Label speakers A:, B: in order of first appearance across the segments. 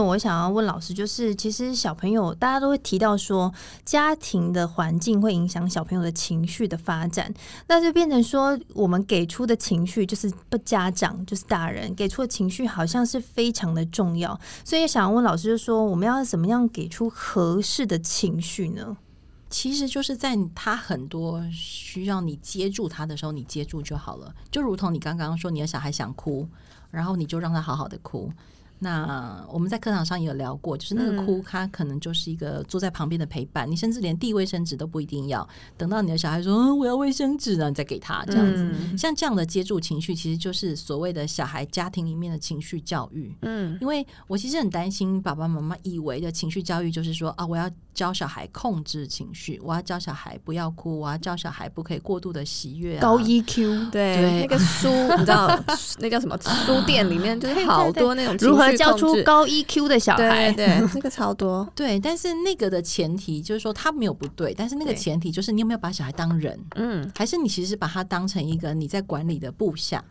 A: 我想要问老师，就是其实小朋友大家都会提到说，家庭的环境会影响小朋友的情绪的发展，那就变成说，我们给出的情绪就是不家长就是大人给出的情绪好像是非常的重要，所以想要问老师，就说我们要怎么样给出合适的情绪呢？
B: 其实就是在他很多需要你接住他的时候，你接住就好了。就如同你刚刚说，你的小孩想哭，然后你就让他好好的哭。那我们在课堂上也有聊过，就是那个哭，他可能就是一个坐在旁边的陪伴，你甚至连递卫生纸都不一定要。等到你的小孩说“嗯，我要卫生纸”，然后你再给他这样子。
C: 嗯
B: 像这样的接住情绪，其实就是所谓的小孩家庭里面的情绪教育。
C: 嗯
B: 因为我其实很担心爸爸妈妈以为的情绪教育，就是说啊，我要教小孩控制情绪，我要教小孩不要哭，我要教小孩不可以过度的喜悦、啊。
A: 高 E EQ
C: 对，
B: 对
C: 那个书你知道，那叫什 么书店里面就是好多那种情绪
A: 如何教
C: 控
A: 出
C: 制
A: 高 EQ 的小
C: 对
A: 孩？
C: 对，对那个超多。
B: 对，但是那个的前提就是说他没有不对，但是那个
C: 对
B: 前提就是你有没有把小孩当人，
C: 嗯，
B: 还是你其实把他当成一个你在管理的部下？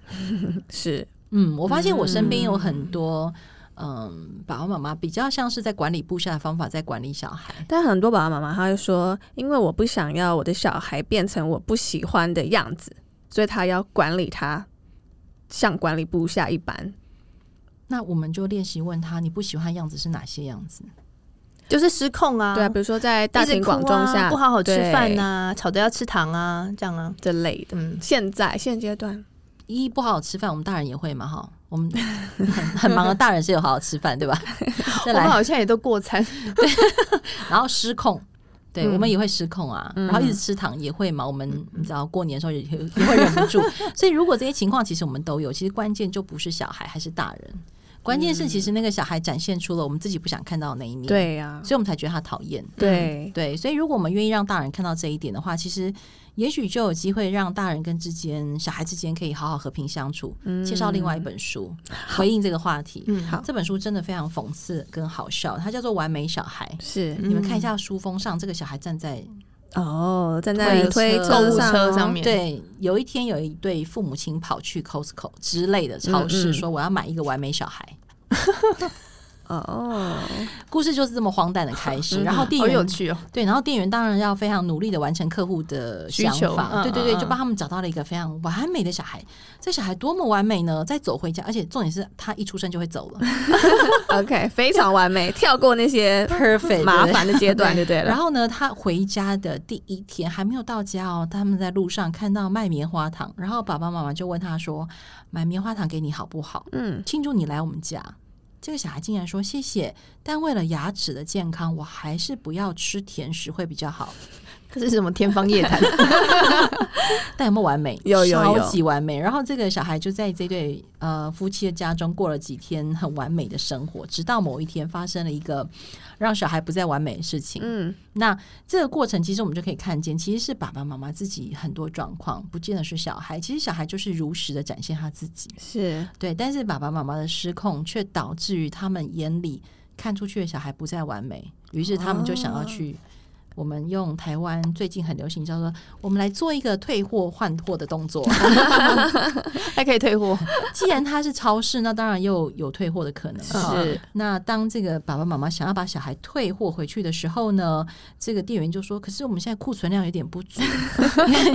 C: 是，
B: 嗯，我发现我身边有很多。嗯，爸爸妈妈比较像是在管理部下的方法，在管理小孩。
C: 但很多爸爸妈妈他会说，因为我不想要我的小孩变成我不喜欢的样子，所以他要管理他，像管理部下一般，
B: 那我们就练习问他，你不喜欢的样子是哪些样子？
A: 就是失控啊，
C: 对啊，比如说在大
A: 一直
C: 庭广
A: 哭
C: 众
A: 啊
C: 下、
A: 不好好吃
C: 对
A: 饭呐、吵着要吃糖啊，这样啊，
C: 这类 的。
A: 嗯，
C: 现在现阶段，
B: 一不好好吃饭，我们大人也会嘛哈。我们 很很忙的大人是有好好吃饭，对吧？
A: 我
B: 再
A: 们
B: 来，
A: 好像也都过餐，
B: 然后失控，对、
C: 嗯
B: 我们也会失控啊。
C: 嗯
B: 然后一直吃糖也会嘛。我们你知道过年的时候也也也会忍不住。所以如果这些情况其实我们都有，其实关键就不是小孩还是大人，关键是其实那个小孩展现出了我们自己不想看到的那一面，，
C: 对啊呀、
B: 所以我们才觉得他讨厌。
C: 对，
B: 对，所以如果我们愿意让大人看到这一点的话，其实也许就有机会让大人跟之间、小孩之间可以好好和平相处。介绍另外一本书，回应这个话题。
A: 嗯，
C: 好
B: 这本书真的非常讽刺跟好笑，它叫做《完美小孩》。
C: 是
A: 嗯
B: 你们看一下书封上，这个小孩站在
C: 哦，站在
B: 推
C: 推
B: 车
C: 车
A: 购物
C: 上
A: 车
C: 哦
A: 上面
B: 对，有一天有一对父母亲跑去 Costco 之类的超
C: 嗯
B: 市，
C: 嗯
B: 说我要买一个完美小孩。
C: 哦，
B: 故事就是这么荒诞的开始，然后店
A: 好有
B: 员
A: 趣哦，
B: 对，然后店员当然要非常努力的完成客户的
A: 需
B: 想
A: 求
B: 法，
A: 嗯
B: 对对
A: 嗯
B: 对，
A: 嗯
B: 就帮他们找到了一个非常完美的小孩。这小孩多么完美呢？再走回家，而且重点是他一出生就会走了
C: OK，非常完美，跳过那些
B: ，perfect，
C: 麻烦的阶段就对
B: 然
C: 了。
B: 后呢，他回家的第一天还没有到家哦，他们在路上看到卖棉花糖，然后爸爸妈妈就问他说：“买棉花糖给你好不好？
C: 嗯，
B: 庆祝你来我们家。”这个小孩竟然说谢谢，但为了牙齿的健康，我还是不要吃甜食会比较好。
A: 这是什么天方夜 谭？
B: 但有没有完美？
C: 有有有
B: 超级完美。然后这个小孩就在这对呃夫妻的家中过了几天很完美的生活，直到某一天发生了一个让小孩不再完美的事情。
C: 嗯，
B: 那这个过程其实我们就可以看见，其实是爸爸妈妈自己很多状况，不见得是小孩。其实小孩就是如实的展现他自己，
C: 是
B: 对。但是爸爸妈妈的失控却导致于他们眼里看出去的小孩不再完美，于是他们就
C: 哦
B: 想要去。我们用台湾最近很流行叫做“我们来做一个退货换货的动作”。
A: 还可以退货，
B: 既然它是超市，那当然又有退货的可能。
A: 嗯
C: 是，
B: 那当这个爸爸妈妈想要把小孩退货回去的时候呢，这个店员就说：“可是我们现在库存量有点不 足，因为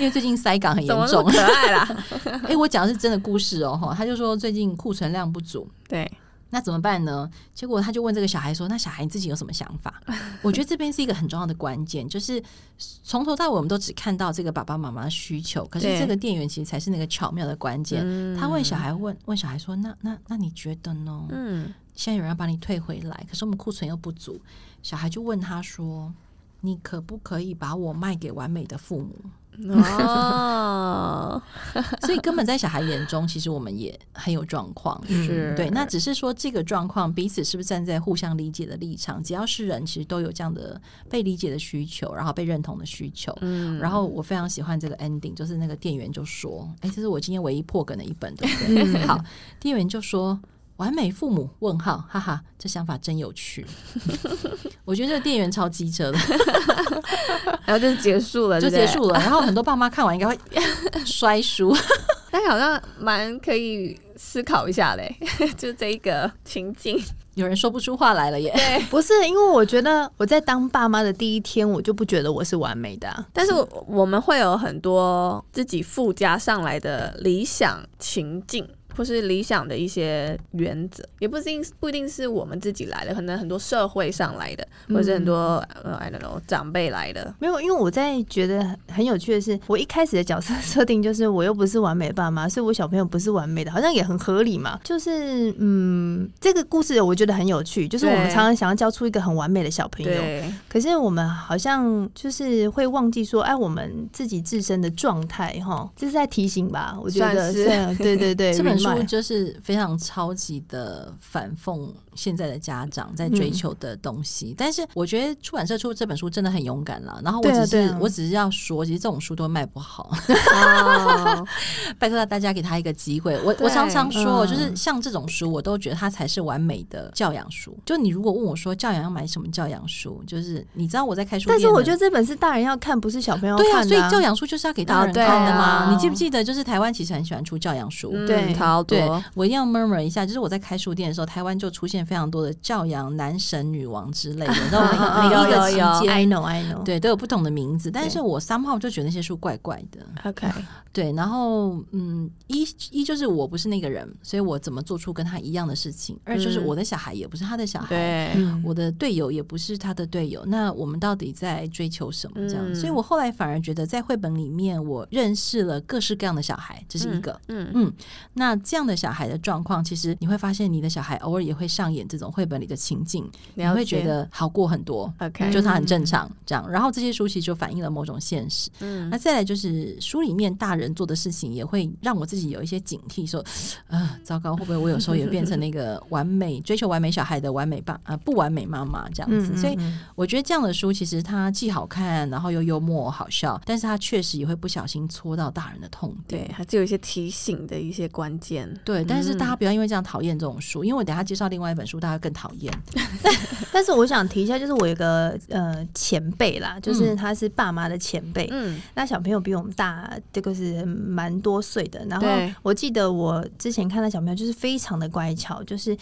B: 因为最近塞港很
C: 怎
B: 严
C: 么那
B: 重
C: 么。可爱 啦？”
B: 哎、我讲的是真的故事哦，哈，他就说最近库存量不足，
C: 对，
B: 那怎么办呢？结果他就问这个小孩说：“那小孩你自己有什么想法？”我觉得这边是一个很重要的关键，就是从头到尾我们都只看到这个爸爸妈妈的需求，可是
C: 对
B: 这个店员其实才是那个巧妙的关键。他问小孩问问小孩说：“那那那你觉得呢？”
C: 嗯，
B: 现在有人要把你退回来，可是我们库存又不足。小孩就问他说：“你可不可以把我卖给完美的父母
C: 哦，？”
B: 所以根本在小孩眼中，其实我们也很有状况。
C: 是，
B: 对，那只是说这个状况彼此是不是站在互相理解的立场？只要是人，其实都有这样的被理解的需求，然后被认同的需求。
C: 嗯，
B: 然后我非常喜欢这个 ending，就是
C: 嗯
B: 那个店员就说：“哎，这是我今天唯一破梗的一本，对不对？”好，店员就说：“完美父母？问号，哈哈，这想法真有趣。 我觉得这个店员超机 车的，
C: 然后就结束了，
B: 就
C: 对
B: 结
C: 不对
B: 束了。然后很多爸妈看完应该会 摔书。
C: 但好像蛮可以思考一下嘞， 就这一个情境。
B: 有人说不出话来了耶。
A: 不是因为我觉得我在当爸妈的第一天，我就不觉得我是完美的啊、
C: 但是我我们会有很多自己附加上来的理想情境，或是理想的一些原则，也不一定不一定是我们自己来的，可能很多社会上来的，或者是很多、呃 I don't know 长辈来的。
A: 没有，因为我在觉得很很有趣的是，我一开始的角色设定就是我又不是完美的爸妈，所以我小朋友不是完美的，好像也很合理嘛。就是嗯，这个故事我觉得很有趣，就是我们
C: 对
A: 常常想要教出一个很完美的小朋友，
C: 对，
A: 可是我们好像就是会忘记说，哎，我们自己自身的状态哈，这是在提醒吧？我觉得
C: 算是
A: 啊对对 对，
B: 这本
A: remind
B: 书就是非常超级的反讽现在的家长在
A: 嗯
B: 追求的东西，但是我觉得出版社出这本书真的很勇敢啦。然后我
A: 对啊
B: 只是、
A: 对啊
B: 我只是要说，其实这种书都卖不好，
C: 哦，
B: 拜托大家给他一个机会。我
C: 对
B: 我常常说，
A: 嗯
B: 就是像这种书，我都觉得它才是完美的教养书。就你如果问我说教养要买什么教养书，就是你知道我在开书店
A: 但
B: 的，
A: 是我觉得这本是大人要看，不是小朋友要
B: 对
A: 看、
B: 啊，
A: 的
B: 所以教养书就是要给大人
C: 啊对啊
B: 看的嘛。你记不记得，就是台湾其实很喜欢出教养书，
C: 嗯
A: 对
C: 超
B: 对
C: 多，
B: 我一定要 murmur 一下，就是我在开书店的时候，台湾就出现非常多的教养男神女王之类的， 然后每每一个
C: 有有
B: 期间。
A: I know I know，
B: 对，都有不同的名字，但是我 somehow 就觉得那些书怪怪的。
C: OK，
B: 对，然后嗯，一一就是我不是那个人，所以我怎么做出跟他一样的事情；二就是
C: 嗯
B: 我的小孩也不是他的小孩，
C: 对，
A: 嗯
B: 我的队友也不是他的队友。那我们到底在追求什么？这样，
C: 嗯
B: 所以我后来反而觉得，在绘本里面，我认识了各式各样的小孩，这是一个。
C: 嗯，
B: 那这样的小孩的状况，其实你会发现，你的小孩偶尔也会上演这种绘本里的情境，你
C: 了
B: 会
C: 解嗯
B: 觉得好过很多，
C: OK，
B: 就它很正常这样。然后这些书其实就反映了某种现实。
C: 嗯
B: 那再来就是书里面大人做的事情，也会让我自己有一些警惕，说， 呃，糟糕，会不会我有时候也变成那个完美追求完美小孩的完美爸啊、不完美妈妈这样子？所以
A: 嗯
B: 我觉得这样的书其实它既好看，然后又幽默好笑，但是它确实也会不小心戳到大人的痛点。
C: 对，还是有一些提醒的一些关键。
B: 对，但是
C: 嗯
B: 大家不要因为这样讨厌这种书，因为我等一下介绍另外一本书，大家更讨厌。
A: 但是我想提一下，就是我有个呃前辈啦，就是
B: 嗯
A: 他是爸妈的前辈，
C: 嗯，
A: 那小朋友比我们大，这个是蛮多岁的。然后
C: 对
A: 我记得我之前看到小朋友就是非常的乖巧，就是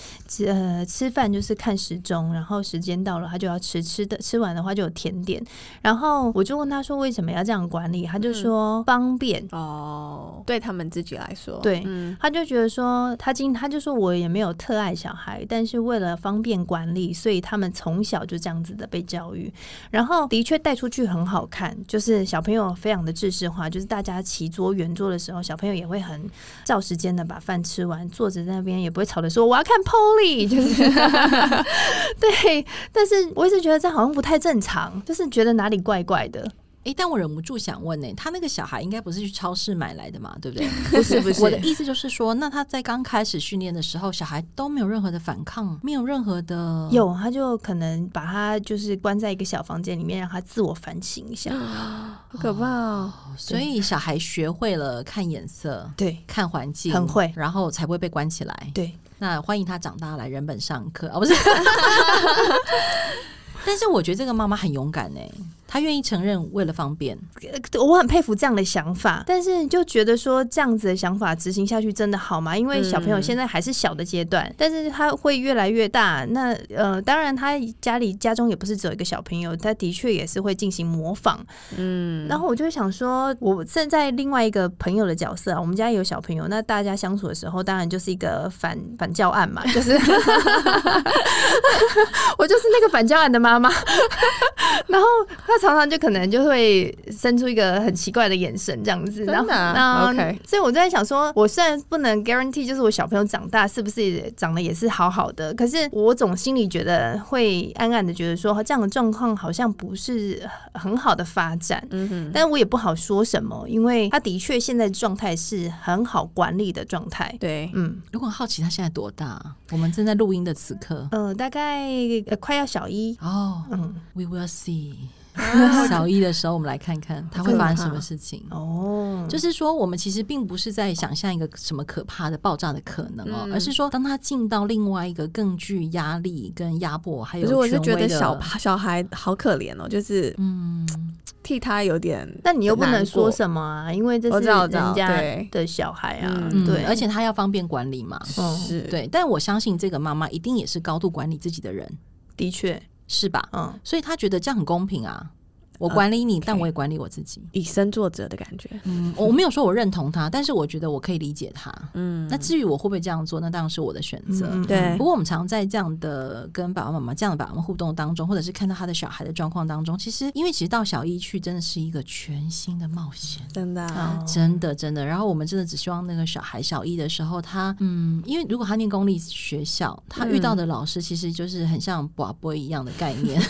A: 呃吃饭就是看时钟，然后时间到了他就要吃，吃的吃完的话就有甜点。然后我就问他说为什么要这样管理，他
C: 嗯
A: 就说方便。
C: 哦，对他们自己来说，
A: 对
C: 嗯，
A: 他就觉得说，他今他就说我也没有特爱小孩，但是为了方便管理，所以他们从小就这样子的被教育。然后的确带出去很好看，就是小朋友非常的制式化，就是大家齐桌圆桌的时候，小朋友也会很照时间的把饭吃完，坐着在那边也不会吵着说我要看 Polly，就是 对。但是我一直觉得这好像不太正常，就是觉得哪里怪怪的。
B: 诶，但我忍不住想问呢、他那个小孩应该不是去超市买来的嘛，对不对？
A: 不是不是，
B: 我的意思就是说，那他在刚开始训练的时候，小孩都没有任何的反抗，没有任何的
A: 有，他就可能把他就是关在一个小房间里面，让他自我反省一下。
C: 好可怕哦。
B: 所以小孩学会了看眼色、
A: 对
B: 看环境，
A: 很会
B: 然后才不会被关起来。
A: 对，
B: 那欢迎他长大来人本上课啊，不 是？但是我觉得这个妈妈很勇敢哎、她愿意承认为了方便，
A: 呃我很佩服这样的想法，但是就觉得说这样子的想法执行下去真的好吗？因为小朋友
C: 嗯
A: 现在还是小的阶段，但是他会越来越大。那呃，当然他家里家中也不是只有一个小朋友，他的确也是会进行模仿。
C: 嗯，
A: 然后我就想说，我站在另外一个朋友的角色啊，我们家也有小朋友，那大家相处的时候，当然就是一个反反教案嘛，就是 我就是那个反教案的妈妈。 然后他常常就可能就会生出一个很奇怪的眼神这样子，然后
C: 真的啊
A: 那
C: OK
A: 所以我就在想说，我虽然不能 guarantee 就是我小朋友长大是不是也长得也是好好的，可是我总心里觉得会暗暗的觉得说，这样的状况好像不是很好的发展。
C: 嗯哼，
A: 但我也不好说什么，因为他的确现在的状态是很好管理的状态。
C: 对，
A: 嗯
B: 如果好奇他现在多大，我们正在录音的此刻
A: 呃，大概、呃、快要小一，
B: 哦、
A: 嗯，
B: w e will see。
C: 啊
B: 小一的时候，我们来看看他会发生什么事情。
C: 嗯
A: 哦，
B: 就是说，我们其实并不是在想象一个什么可怕的爆炸的可能哦，
C: 嗯
B: 而是说，当他进到另外一个更具压力、跟压迫，还
C: 可
B: 有
C: 是我是
B: 权
C: 觉
B: 威
C: 得
B: 的
C: 小小孩好可怜哦，就是
B: 嗯，
C: 替他有点
A: 但你又不能说
C: 么，
A: 什么啊，因为这
C: 我
A: 是
C: 知道我知道
A: 人家
C: 对
A: 的小孩啊，
C: 嗯
A: 对，
B: 而且他要方便管理嘛，
A: 嗯，
C: 是，
B: 对。但我相信这个妈妈一定也是高度管理自己的人，
A: 的确，
B: 是吧？
A: 嗯，
B: 所以她觉得这样很公平啊，我管理你，但我也管理我自己。
C: 以身作则的感觉，
B: 嗯，我没有说我认同他，但是我觉得我可以理解他。
C: 嗯，
B: 那至于我会不会这样做，那当然是我的选择。
A: 嗯
C: 对
B: 不过，我们常在这样的跟爸爸妈妈这样的爸爸妈妈互动当中，或者是看到他的小孩的状况当中，其实因为其实到小一去，真的是一个全新的冒险。
C: 真的啊、
A: 哦
B: 真的，真的。然后我们真的只希望那个小孩小一的时候他，嗯，因为如果他念公立学校，他遇到的老师其实就是很像寡波一样的概念，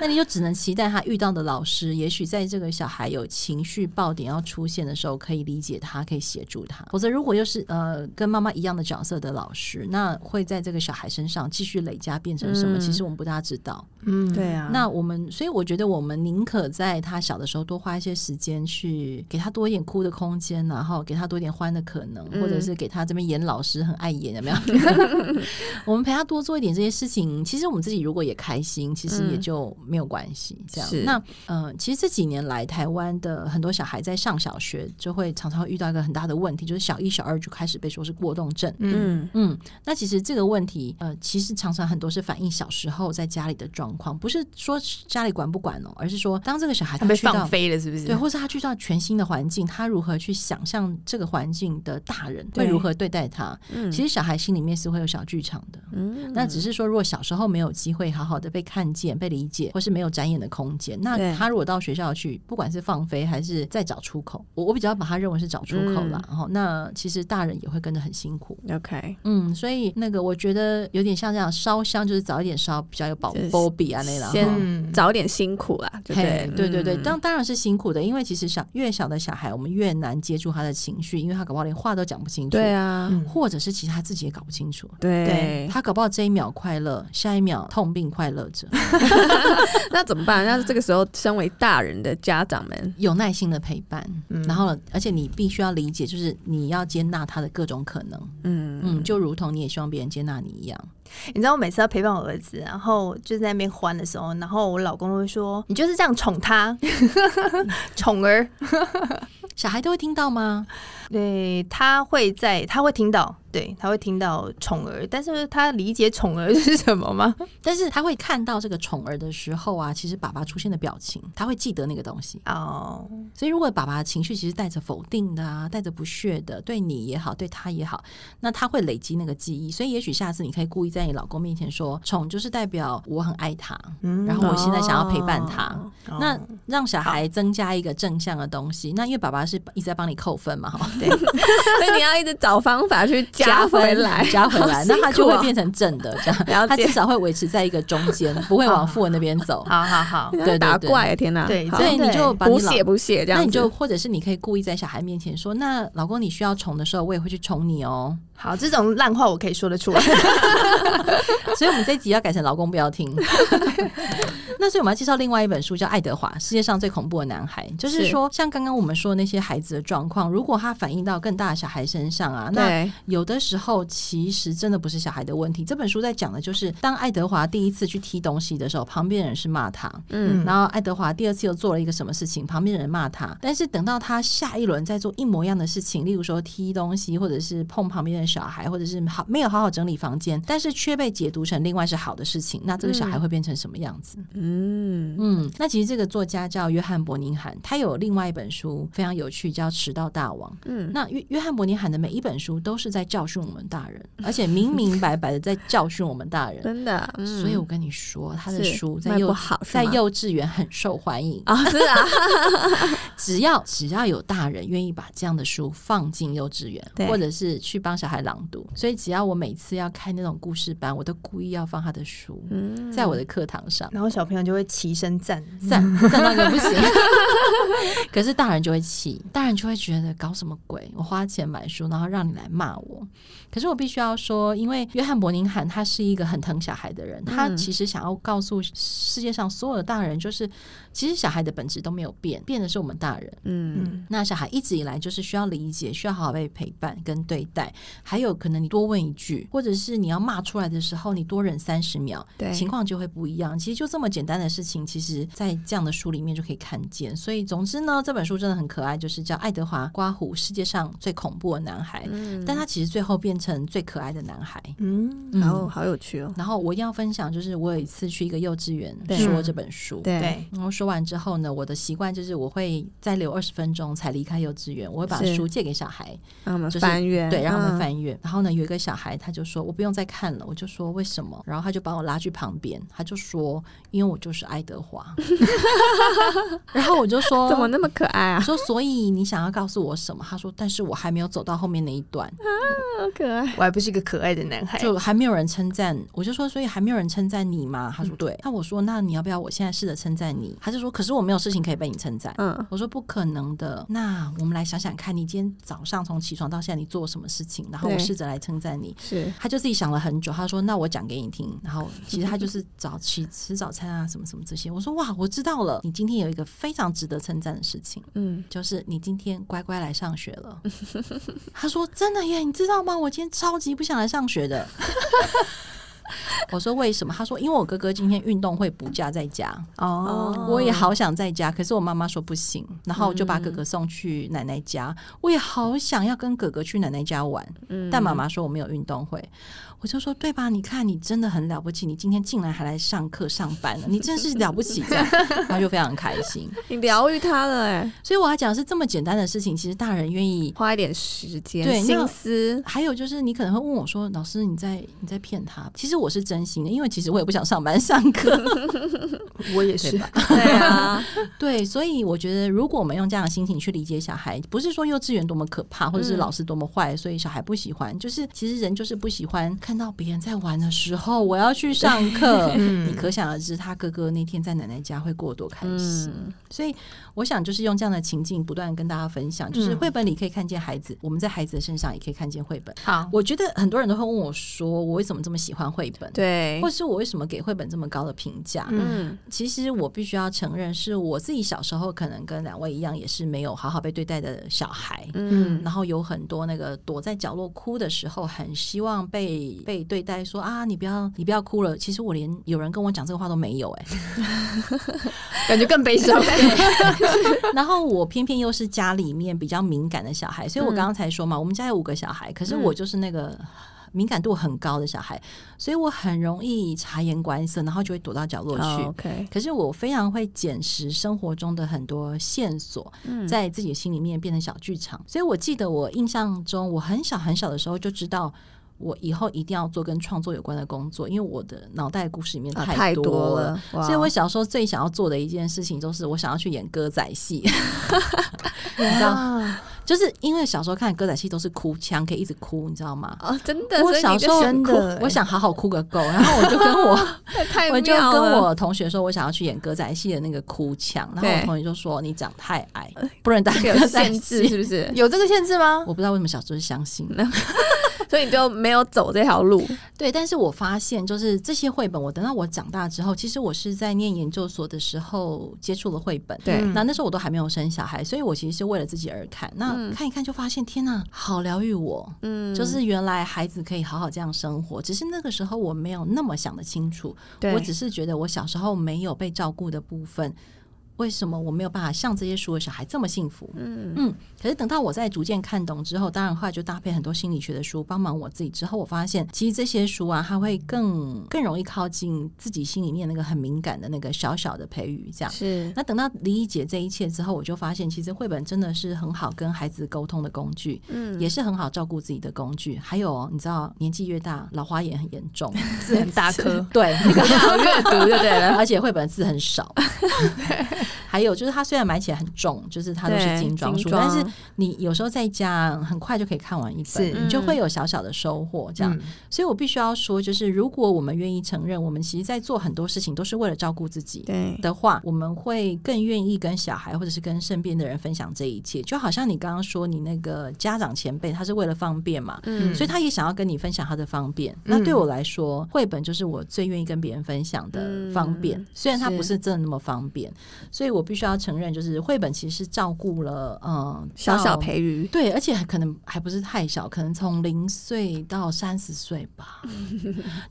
B: 那你就只能期待他遇到的老师，也许在这个小孩有情绪爆点要出现的时候，可以理解他，可以协助他。否则，如果又是呃跟妈妈一样的角色的老师，那会在这个小孩身上继续累加变成什么？
C: 嗯
B: 其实我们不大知道。
A: 嗯，
C: 对啊，
B: 那我们，所以我觉得我们宁可在他小的时候多花一些时间去给他多一点哭的空间，然后给他多一点欢的可能，
C: 嗯
B: 或者是给他这边演老师很爱演，有 没有？我们陪他多做一点这些事情，其实我们自己如果也开心，其实也就没有关系。这样，
C: 嗯是
B: 那呃，其实这几年来，台湾的很多小孩在上小学就会常常遇到一个很大的问题，就是小一、小二就开始被说是过动症。
A: 嗯，
C: 嗯
B: 嗯，那其实这个问题，呃，其实常常很多是反映小时候在家里的状况，不是说家里管不管哦，而是说当这个小孩
A: 他
B: 他
A: 被
B: 去
A: 放
B: 到
A: 飞了，是不是？
B: 对，或是他去到全新的环境，他如何去想象这个环境的大人会
C: 对
B: 如何对待他？
C: 嗯，
B: 其实小孩心里面是会有小剧场的。
C: 嗯
B: 那只是说，如果小时候没有机会好好的被看见、被理解，或是没有展演的空间，
C: 对
B: 那他如果到学校去，不管是放飞还是再找出口，我我比较把他认为是找出口啦。然后、那其实大人也会跟着很辛苦。
C: OK，
B: 嗯，所以那个我觉得有点像这样烧香，就是早一点烧比较有保
C: 就是
B: 保比啊那啦。
C: 先
B: 哈
A: 嗯，
C: 找点辛苦啦，对不
B: 嘿
C: 对？
B: 对对对，
C: 嗯
B: 当当然是辛苦的，因为其实小越小的小孩，我们越难接住他的情绪，因为他搞不好连话都讲不清楚，
C: 对啊，
A: 嗯
B: 或者是其实他自己也搞不清楚，
C: 对
A: 对，
B: 他搞不好这一秒快乐，下一秒痛并快乐着。
C: 那怎么办？那这个时候，身为大人的家长们，
B: 有耐心的陪伴，
A: 嗯
B: 然后而且你必须要理解，就是你要接纳他的各种可能，
C: 嗯，
B: 嗯，就如同你也希望别人接纳你一样。
A: 你知道我每次要陪伴我儿子，然后就在那边欢的时候，然后我老公都会说：“你就是这样宠 他，宠儿。
B: 小孩都会听到吗？
A: 对”他会在，他会听到，对他会听到宠儿，但是他理解宠儿是什么吗？
B: 但是他会看到这个宠儿的时候啊，其实爸爸出现的表情，他会记得那个东西。
A: 哦，
B: 所以如果爸爸的情绪其实带着否定的啊，带着不屑的，对你也好，对他也好，那他会累积那个记忆。所以也许下次你可以故意在你老公面前说，宠就是代表我很爱他，
A: 嗯
B: 然后我现在想要陪伴他。
C: 哦
B: 那
A: 哦
B: 让小孩增加一个正向的东西，那因为爸爸是一直在帮你扣分嘛，哈，对，
C: 所以你要一直找方法去 加回来，
B: 加回来，那他就会
C: 好辛苦哦
B: 变成正的，这 样，
C: 了
B: 他
C: 解
B: 至少会维持在一个中间，不会往负的那边走。
A: 好好好，
B: 对对对
C: 打怪，天哪，
A: 对
C: 好
B: 所以
A: 真
B: 你
A: 的
B: 就把你
C: 不
B: 老
C: 屑不屑这样
B: 那
C: 子，
B: 你就或者是你可以故意在小孩面前说，那老公你需要宠的时候，我也会去宠你哦。
A: 好，这种烂话我可以说得出来。
B: 所以我们这一集要改成老公不要 听。 那所以我们要介绍另外一本书，叫《爱德华：世界上最恐怖的男孩》，就是
C: 是
B: 说，像刚刚我们说的那些孩子的状况，如果他反映到更大的小孩身上啊，那
C: 对，
B: 有的时候其实真的不是小孩的问题。这本书在讲的就是，当爱德华第一次去踢东西的时候，旁边人是骂他，
C: 嗯
A: 嗯
B: 然后爱德华第二次又做了一个什么事情，旁边的人骂他，但是等到他下一轮再做一模一样的事情，例如说踢东西，或者是碰旁边的小孩，或者是好没有好好整理房间，但是却被解读成另外是好的事情，那这个小孩会变成什么样子？
C: 嗯
B: 嗯，那其实这个作家叫约翰伯宁汉，他有另外一本书非常有趣，叫《迟到大王》。
C: 嗯，
B: 那约约翰伯尼罕的每一本书都是在教训我们大 人，而且明明白白的在教训我们大 人。
C: 真的，嗯
B: 所以我跟你说，他的
C: 是
B: 书在
C: 卖不
B: 幼
C: 好是
B: 在
C: 吗
B: 幼稚园很受欢迎，
C: 啊是啊，
B: 只要只要有大人愿意把这样的书放进幼稚园，
C: 对
B: 或者是去帮小孩朗读，所以只要我每次要开那种故事班，我都故意要放他的书
C: 嗯
B: 在我的课堂上。
A: 然后小朋友就会齐声赞，
B: 赞赞到一个 不行。可是大人就会气，大人就会觉得搞什么鬼？我花钱买书，然后让你来骂我。可是我必须要说，因为约翰伯宁汉他是一个很疼小孩的人，他
C: 嗯
B: 其实想要告诉世界上所有的大人，就是其实小孩的本质都没有变，变的是我们大人。
C: 嗯
A: 嗯，
B: 那小孩一直以来就是需要理解，需要好好被陪伴跟对待，还有可能你多问一句，或者是你要骂出来的时候，你多忍三十秒，
C: 对
B: 情况就会不一样。其实就这么简单的事情，其实在这样的书里面就可以看见。所以总之呢，这本书真的很可爱，就是叫《爱德华·刮胡：世界上最恐怖的男孩》，
C: 嗯
B: 但他其实最后变成最可爱的男孩。
A: 嗯，
C: 然后好有趣哦，
B: 然后我一定要分享，就是我有一次去一个幼稚园
C: 对
B: 说这本书，
A: 对，
B: 然后说完之后呢，我的习惯就是我会再留二十分钟才离开幼稚园，我会把
C: 是嗯
B: 书借给小孩，
C: 让我们
B: 就是
C: 翻阅，
B: 对，让他们
C: 阅，
B: 翻阅。然后呢，有一个小孩他就说我不用再看了，我就说为什么？然后他就把我拉去旁边，他就说因为我就是爱德 华。 然后我就说
C: 怎么那么可爱啊
B: 我，说所以你想要告诉我什么？他说但是我还没有走到后面那一段，
C: 好可爱，
A: 我还不是一个可爱的男孩，
B: 就还没有人称赞。我就说所以还没有人称赞你吗？
C: 嗯
B: 他说对。那我说那你要不要我现在试着称赞你？他就说可是我没有事情可以被你称赞。
C: 嗯
B: 我说不可能的。那我们来想想看，你今天早上从起床到现在，你做了什么事情？然后我
C: 对
B: 试着来称赞你。
C: 是，
B: 他就自己想了很久，他说：“那我讲给你听。”然后其实他就是早起吃早餐啊，什么什么这些。我说：“哇，我知道了，你今天有一个非常值得称赞的事情，
C: 嗯
B: 就是你今天乖乖来上学了。”他说：“真的耶，你知道吗？我今天超级不想来上学的。” 我说：“为什么？”他说：“因为我哥哥今天运动会补假在家。”
A: 哦，
B: 我也好想在家，可是我妈妈说不行，然后我就把哥哥送去奶奶家。我也好想要跟哥哥去奶奶家玩，
C: 嗯，
B: 但妈妈说我没有运动会。我就说对吧？你看你真的很了不起，你今天竟然还来上课上班了，你真是了不起！这样，他就非常开心。
C: 你疗愈他了哎，
B: 所以我要讲的是这么简单的事情，其实大人愿意。
C: 花一点时间
B: 对那
C: 心思，
B: 还有就是，你可能会问我说：“老师，你在你在骗他？”其实我是真心的，因为其实我也不想上班上课。
A: 我也是
B: 对，
C: 对 啊，
B: 对，所以我觉得，如果我们用这样的心情去理解小孩，不是说幼稚园多么可怕，或者是
C: 嗯
B: 老师多么坏，所以小孩不喜欢，就是其实人就是不喜欢看到别人在玩的时候，我要去上 课。你
A: 嗯，
B: 可想而知，他哥哥那天在奶奶家会过得多开心。
C: 嗯，
B: 所以我想，就是用这样的情境不断跟大家分享，就是
A: 嗯
B: 绘本里可以看见孩子，我们在孩子的身上也可以看见绘本。
A: 好，
B: 我觉得很多人都会问我说，我为什么这么喜欢绘本？
C: 对
B: 或，是我为什么给绘本这么高的评价？
C: 嗯
B: 其实我必须要承认，是我自己小时候可能跟两位一样，也是没有好好被对待的小孩。
C: 嗯，
B: 然后有很多那个躲在角落哭的时候，很希望被被对待说，啊，你不要你不要哭了。其实我连有人跟我讲这个话都没有哎、
A: 感觉更悲伤，
B: 然后我偏偏又是家里面比较敏感的小孩，所以我
C: 嗯
B: 刚刚才说嘛，我们家有五个小孩，可是
C: 嗯
B: 我就是那个。敏感度很高的小孩，所以我很容易察言观色，然后就会躲到角落去。
C: 哦 OK，
B: 可是我非常会捡拾生活中的很多线索，
C: 嗯
B: 在自己的心里面变成小剧场。所以我记得我印象中，我很小很小的时候就知道。我以后一定要做跟创作有关的工作，因为我的脑袋故事里面
C: 啊
B: 太
C: 多
B: 多了，
C: 了，哇
B: 所以我小时候最想要做的一件事情就是我想要去演歌仔 戏，你知道，
A: 啊
B: 就是因为小时候看歌仔戏都是哭腔，可以一直哭，你知道吗？
C: 哦，真的，
B: 我
C: 所以
B: 小
C: 你就
B: 时候
A: 真的
B: 我想好好哭个够，然后我就跟我
C: 太
B: 我就
C: 妙
B: 跟
C: 了
B: 我同学说，我想要去演歌仔戏的那个哭腔，然后
C: 对呃
B: 我同学就说你长太矮，不能当
C: 这个
B: 歌
C: 有
B: 仔
C: 限制
B: 戏。
C: 是不是？
A: 有这个限制吗？
B: 我不知道为什么小时候就相信了，
C: 所以你就没有走这条路，
B: 对，但是我发现就是这些绘本，我等到我长大之后，其实我是在念研究所的时候接触了绘本。
C: 对
A: 嗯
B: 那那时候我都还没有生小孩，所以我其实是为了自己而看。那
C: 嗯
B: 看一看就发现，天呐，好疗愈我！
C: 嗯，
B: 就是原来孩子可以好好这样生活，只是那个时候我没有那么想得清楚，
C: 对
B: 我只是觉得我小时候没有被照顾的部分，为什么我没有办法像这些书的小孩这么幸福？
C: 嗯
B: 嗯，可是等到我在逐渐看懂之后，当然后来就搭配很多心理学的书帮忙我自己之后，我发现其实这些书啊，它会更更容易靠近自己心里面那个很敏感的那个小小的培育，这样。
C: 是
B: 那等到理解这一切之后，我就发现其实绘本真的是很好跟孩子沟通的工具，
C: 嗯
B: 也是很好照顾自己的工具。还有哦，你知道年纪越大，老花眼很严 重，
A: 字 很大颗，
B: 对，那个
C: 好阅读就对了，
B: 而且绘本字很少。还有就是它虽然买起来很重，就是它都是
C: 对
B: 精装书，但是你有时候在家很快就可以看完一
A: 是
B: 本，你就会有小小的收获。这样，
A: 嗯
B: 所以我必须要说，就是如果我们愿意承认，我们其实在做很多事情都是为了照顾自己。
C: 对
B: 的话，我们会更愿意跟小孩或者是跟身边的人分享这一切。就好像你刚刚说，你那个家长前辈，他是为了方便嘛，
C: 嗯
B: 所以他也想要跟你分享他的方便。
A: 嗯
B: 那对我来说，绘本就是我最愿意跟别人分享的方便，
C: 嗯
B: 虽然它
C: 是
B: 不是真的那么方便，所以我必须要承认，就是绘本其实是照顾了嗯
C: 小小。
B: 到
C: 培育，
B: 对，而且可能还不是太小，可能从零岁到三十岁 吧，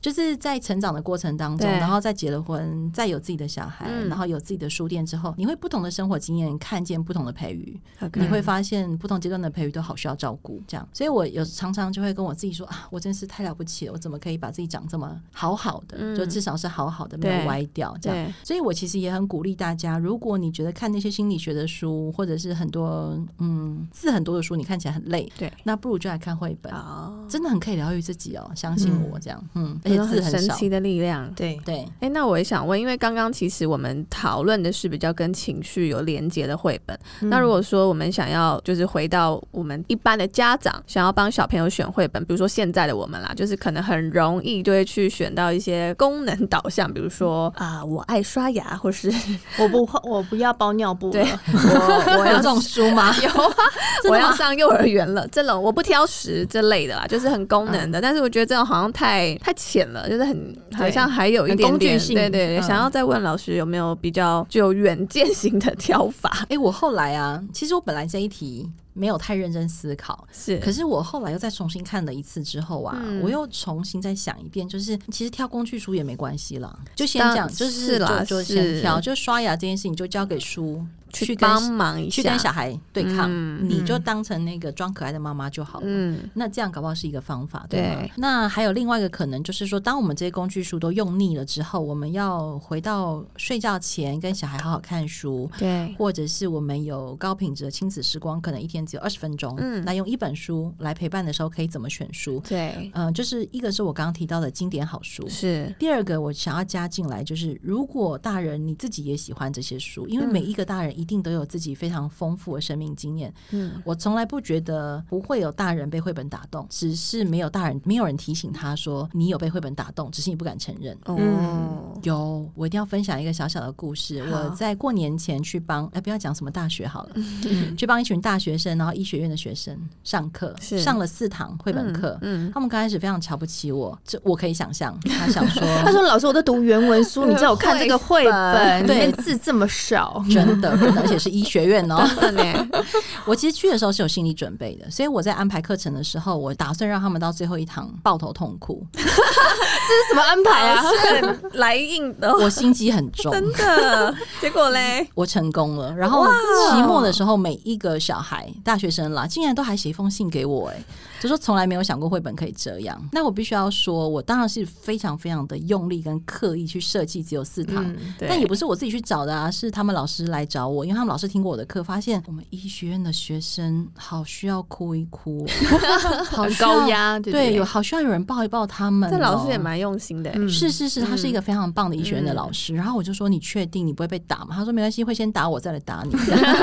B: 就是在成长的过程当中，
C: 对
B: 然后再结了婚，再有自己的小孩，
C: 嗯
B: 然后有自己的书店之后，你会不同的生活经验，看见不同的培育，
C: OK
B: 你会发现不同阶段的培育都好需要照顾，这样，所以我有常常就会跟我自己说啊，我真是太了不起了，我怎么可以把自己长这么好好的，
C: 嗯
B: 就至少是好好的，没
C: 对
B: 有歪掉这样。
C: 对
B: 所以我其实也很鼓励大家，如果你觉得看那些心理学的书，或者是很多嗯字很多的书，你看起来很累，
C: 对，
B: 那不如就来看绘本，
C: 哦，
B: 真的很可以疗愈自己哦，相信我这样，嗯，而且
C: 有种
B: 字
C: 很神
B: 少，
C: 奇的力量。
A: 对，
B: 对，
C: 哎，那我也想问，因为刚刚其实我们讨论的是比较跟情绪有连结的绘本。那如果说我们想要就是回到我们一般的家长，想要帮小朋友选绘本，比如说现在的我们啦，就是可能很容易就会去选到一些功能导向，比如说啊、我爱刷牙，或是
A: 我不会，我不要包尿布
C: 对
A: 了。
C: 我
B: 有
C: 我要
B: 这种书吗？
C: 有啊，
B: 真的
C: 我要
B: 吗
C: 上幼儿园了，这种我不挑食这类的啦，就是很功能
B: 嗯
C: 的。但是我觉得这种好像太太浅了，就是很好像还有一
A: 很
C: 点
A: 工具
C: 点
A: 性
C: 对对对，
A: 嗯
C: 想要再问老师有没有比较具有远见型的挑法？
B: 哎、我后来啊，其实我本来这一题没有太认真思考，
C: 是，
B: 可 是我后来又再重新看了一次之后啊，
C: 嗯
B: 我又重新再想一遍，就是其实挑工具书也没关系啦，就先
C: 当
B: 讲，就是
C: 是啦
B: 就就是先挑，就刷牙这件事情就交给书
C: 去
B: 跟
C: 帮忙一下，
B: 去跟小孩对抗，
C: 嗯
B: 你就当成那个装可爱的妈妈就好了。
C: 嗯
B: 那这样搞不好是一个方法，对吗
C: 对
B: 那还有另外一个可能，就是说，当我们这些工具书都用腻了之后，我们要回到睡觉前跟小孩好好看书，
C: 对
B: 或者是我们有高品质的亲子时光，可能一天只有二十分钟，
C: 嗯
B: 那用一本书来陪伴的时候，可以怎么选书？
C: 对
B: 嗯、就是一个是我刚刚提到的经典好书。
C: 是
B: 第二个，我想要加进来，就是如果大人你自己也喜欢这些书，因为
C: 嗯
B: 每一个大人一定都有自己非常丰富的生命经验。
C: 嗯
B: 我从来不觉得不会有大人被绘本打动，只是没有大人，没有人提醒他说你有被绘本打动，只是你不敢承认。
C: 哦
B: 有，我一定要分享一个小小的故事。
C: 好
B: 我在过年前去帮，哎、不要讲什么大学好了， 去帮一群大学生，然后医学院的学生上课，
C: 是
B: 上了四堂绘本课。
C: 嗯
B: 他们刚开始非常瞧不起我，这我可以想 象。他想说，
A: 他说：“老师，我在读原文书，你叫我看这个绘 本，里
B: 对
A: 面字这么 少。
B: 真的，真的， 而且是医学院哦。
C: 真的呢，
B: 我其实去的时候是有心理准备的，所以我在安排课程的时候，我打算让他们到最后一堂抱头痛 哭。
A: 这是什么安排啊？
C: 是来硬的，
B: 我心机很重，
C: 真的。结 果嘞，
B: 我成功了。然后期末的时候，每一个小孩、大学生啦，竟然都还写一封信给我、哎，就说从来没有想过绘本可以这样。那我必须要说，我当然是非常非常的用力跟刻意去设计只有四堂。
A: 嗯，
C: 对
B: 但也不是我自己去找的啊，是他们老师来找我，因为他们老师听过我的课，发现我们医学院的学生好需要哭一哭、哦，好
A: 很
B: 需要
A: 高，压，对不
B: 对，
A: 对
B: 有好需要有人抱一抱他们、哦
C: 这老师也。蛮用心的欸，
A: 嗯
B: 是是是，他是一个非常棒的医学院的
C: 嗯
B: 老师。然后我就说：“你确定你不会被打吗？”他说：“没关系，会先打我，再来 打你。”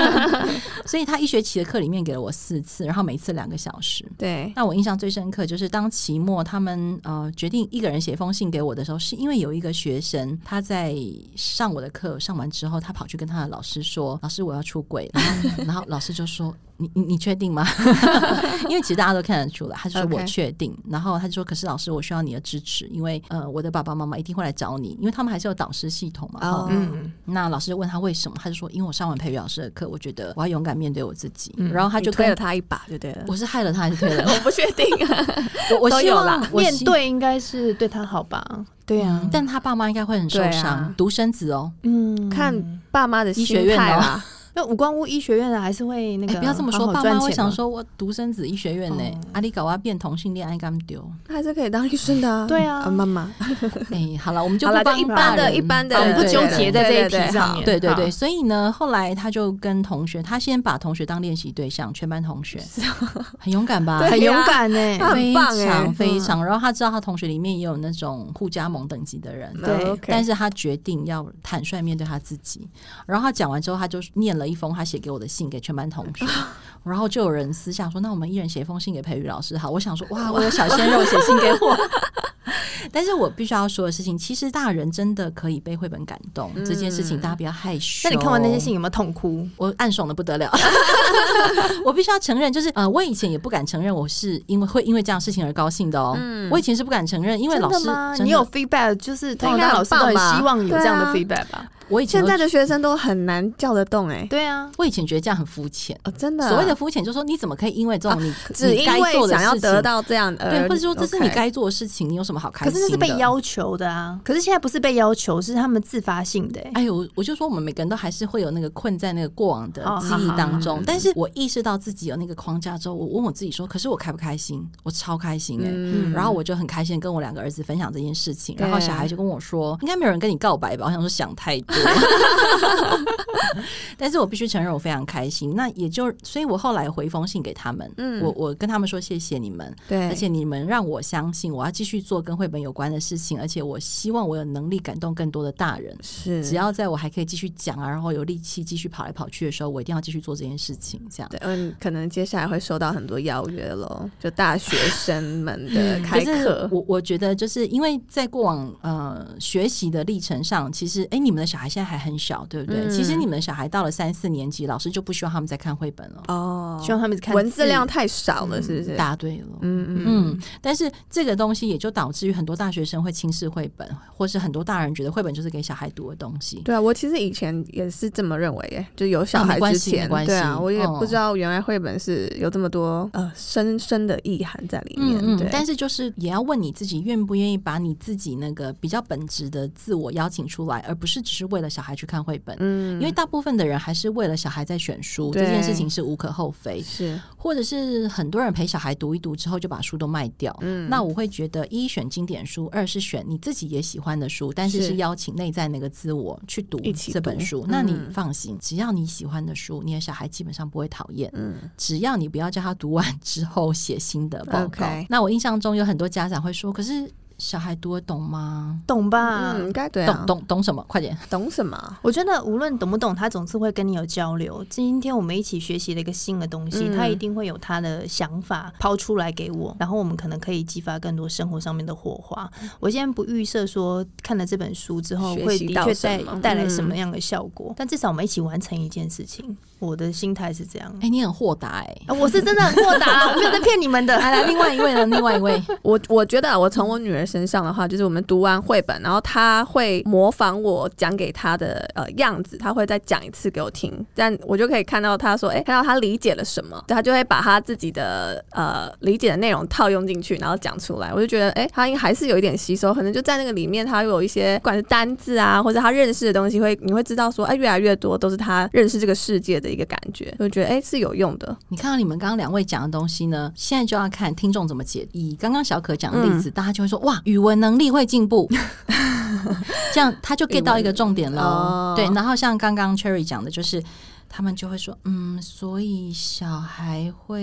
B: 所以他一学期的课里面给了我四次，然后每次两个小时。
C: 对，
B: 那我印象最深刻就是当期末他们呃决定一个人写一封信给我的时候，是因为有一个学生他在上我的课上完之后，他跑去跟他的老师说：“老师，我要出轨。” 然后然后老师就说：“你你你确定吗？” 因为其实大家都看得出来，他就说
C: OK
B: 我确定。然后他就说：“可是老师，我需要你的支持，因为呃我的爸爸妈妈一定会来找你，因为他们还是有导师系统嘛。
C: 哦
B: 哈
A: 嗯，
B: 那老师就问他为什么，他就说：“因为我上完培育老师的课，我觉得我要勇敢面对我自己。
A: 嗯
B: 然后他
C: 他就
B: 就
C: 推
B: 跟
C: 了他一把就对了。
B: 我是害了他还是推了他
C: 我不确定啊，
B: 我我
C: 都
B: 希
C: 有
B: 望
C: 啦
B: 我
A: 面
B: 希
A: 对应该是对他好吧？对啊，
B: 嗯但他爸妈应该会很受
C: 对啊
B: 伤，独生子哦，
A: 嗯
C: 看爸妈的
B: 医
C: 心
B: 学院
C: 态
B: 哦
C: 啦。
A: 那五光屋医学院的还是会那
B: 哎、
A: 个、
B: 不要这么说，爸妈会
A: 啊
B: 想，说我独生子医学院呢、
A: 哦
B: 阿里搞啊变同性恋，爱干丢。
C: 还是可以当医生的啊。
A: 对啊
C: 妈妈，
B: 哎、好了，我们就
C: 好
B: 不
C: 了，就
B: 帮
C: 一
B: 大
C: 般的、
B: 人
C: 一般的，
A: 我们不
C: 对
A: 纠结在这一题上面。
B: 对对对，
A: 好，
B: 所以呢，后来他就跟同学，他先把同学当练习对象，全班同学，很勇敢吧？
C: 对
A: 很
C: 呀
A: 勇敢呢、
C: 他很
B: 非
C: 棒欸
B: 常非常。然后他知道他同学里面也有那种互加盟等级的人，
C: 对对对
A: 对
C: OK
B: 但是他决定要坦率面对他自己。然后他讲完之后，他就念了一封他写给我的信给全班同 学，然后就有人私下说：“那我们一人写一封信给培宇老师好。”我想说：“哇，我有小 鲜肉写信给我。” 但是我必须要说的事情，其实大人真的可以被绘本感动，这件事情大家不要害
A: 嗯
B: 羞。
A: 那你看完那些信有没有痛哭？
B: 我暗爽的不得了， 我必须要承认，就是呃，我以前也不敢承认我是因为会因为这样事情而高兴的哦。我以前是不敢承认，因为老
A: 嗯真
B: 师
A: 的吗？
B: 真的
A: 你有 feedback，就是通常
C: 应该
A: 大
C: 很
A: 老师都
C: 棒
A: 很
C: 吧
A: 希望有这样
B: 啊
A: 的
C: 对
A: feedback 吧？
B: 我以前
C: 现
B: 都
C: 在的学生都很难叫得动哎，
A: 对啊，
B: 我以前觉得这样很肤浅。
C: 哦，真的啊，
B: 所谓的肤浅，就是说你怎么可以因为这种你
C: 只
B: 你
C: 因
B: 该
C: 为
B: 做的
C: 想要
B: 事情
C: 得到这样，
B: 对，
C: 呃，
B: 或者说这是
C: OK
B: 你该做的事情，你有什么好开
A: 可
B: 心
A: 是
B: 的？
A: 那是被要求的啊。可是现在不是被要求，是他们自发性的欸、
B: 哎呦，我就说我们每个人都还是会有那个困在那个过往的
A: 哦
B: 记
A: 好
B: 忆
A: 好
B: 当
C: 嗯
B: 中，但是我意识到自己有那个框架之后，我问我自己说，可是我开不开心？我超开心哎、
C: 嗯
B: 然后我就很开心地跟我两个儿子分享这件事情，
C: 对
B: 然后小孩就跟我说，应该没有人跟你告白吧？我想说想太多， 但是我必须承认我非常开心。那也就，所以我后来回封信给他们，
C: 嗯
B: 我我跟他们说谢谢你们，
C: 对，
B: 而且你们让我相信我要继续做跟绘本有关的事情，而且我希望我有能力感动更多的大人。
C: 是
B: 只要在我还可以继续讲啊，然后有力气继续跑来跑去的时候，我一定要继续做这件事情。这样
C: 对，嗯，可能接下来会收到很多邀约喽，就大学生们的开
B: 嗯可
C: 课
B: 是，我我觉得就是因为在过往呃学习的历程上，其实哎，诶你们的小孩现在还很小，对不对？
C: 嗯
B: 其实你们的小孩到了三四年级，老师就不希望他们再看绘本了，
C: 哦
A: 希望他们看
C: 文字
A: 字
C: 量太少了，是不是？
B: 答对了。
C: 嗯嗯
B: 嗯，但是这个东西也就导致于很多大学生会轻视绘本，或是很多大人觉得绘本就是给小孩读的东西。
C: 对啊，我其实以前也是这么认为耶，就有小
B: 啊没
C: 孩
B: 关
C: 之
B: 系
C: 前，
B: 没关
C: 对啊，
B: 系
C: 我也不
B: 哦
C: 知道原来绘本是有这么多呃深深的意涵在里面。
B: 嗯嗯
C: 对，，
B: 但是就是也要问你自己愿不愿意把你自己那个比较本质的自我邀请出来，而不是只是为了小孩去看绘本。
C: 嗯
B: 因为大部分的人还是为了小孩在选书，这
C: 对
B: 件事情是无可厚非，
C: 是
B: 或者是很多人陪小孩读一读之后就把书都卖掉。
C: 嗯
B: 那我会觉得，一选经典书，二是选你自己也喜欢的书，但是
C: 是
B: 是邀请内在那个自我去读
C: 一起
B: 这本
C: 读
B: 书。那你
C: 嗯
B: 放心，只要你喜欢的书，你的小孩基本上不会讨厌。
C: 嗯
B: 只要你不要叫他读完之后写新的报告。
C: OK
B: 那我印象中有很多家长会说：“可是小孩读得懂吗？
A: 懂吧？
C: 嗯，应该对啊
B: 懂，懂懂什么？快点！
C: 懂什么？啊
A: 我觉得无论懂不懂，他总是会跟你有交流。今天我们一起学习了一个新的东西，
C: 嗯
A: 他一定会有他的想法抛出来给我，然后我们可能可以激发更多生活上面的火花。我现在不预设说看了这本书之后
C: 学
A: 会
C: 习
A: 的
C: 到
A: 确
C: 什
A: 带
C: 么
A: 带来什么
C: 嗯
A: 样的效果，但至少我们一起完成一件事情。我的心态是这样。
B: 哎、你很豁达哎、
A: 啊我是真的很豁达，我没有在骗你们的。
B: 来来，另外一位呢？另外一位，
C: 我我觉得啊我从我女儿身上的话，就是我们读完绘本，然后她会模仿我讲给她的呃样子，她会再讲一次给我听，但我就可以看到她说，哎、看到她理解了什么，对她就会把她自己的呃理解的内容套用进去，然后讲出来。我就觉得，哎、她应该还是有一点吸收，可能就在那个里面，她有一些不管是单字啊，或者她认识的东西会，你会知道说，哎、越来越多都是她认识这个世界的一个感觉，就觉得哎、是有用的。
B: 你看到你们刚刚两位讲的东西呢，现在就要看听众怎么解。以刚刚小可讲的
C: 嗯
B: 例子，大家就会说：“哇，语文能力会进 步。”这样他就 get 到一个重点喽。
C: 哦
B: 对，然后像刚刚 Cherry 讲的，就是。他们就会说，嗯，所以小孩会，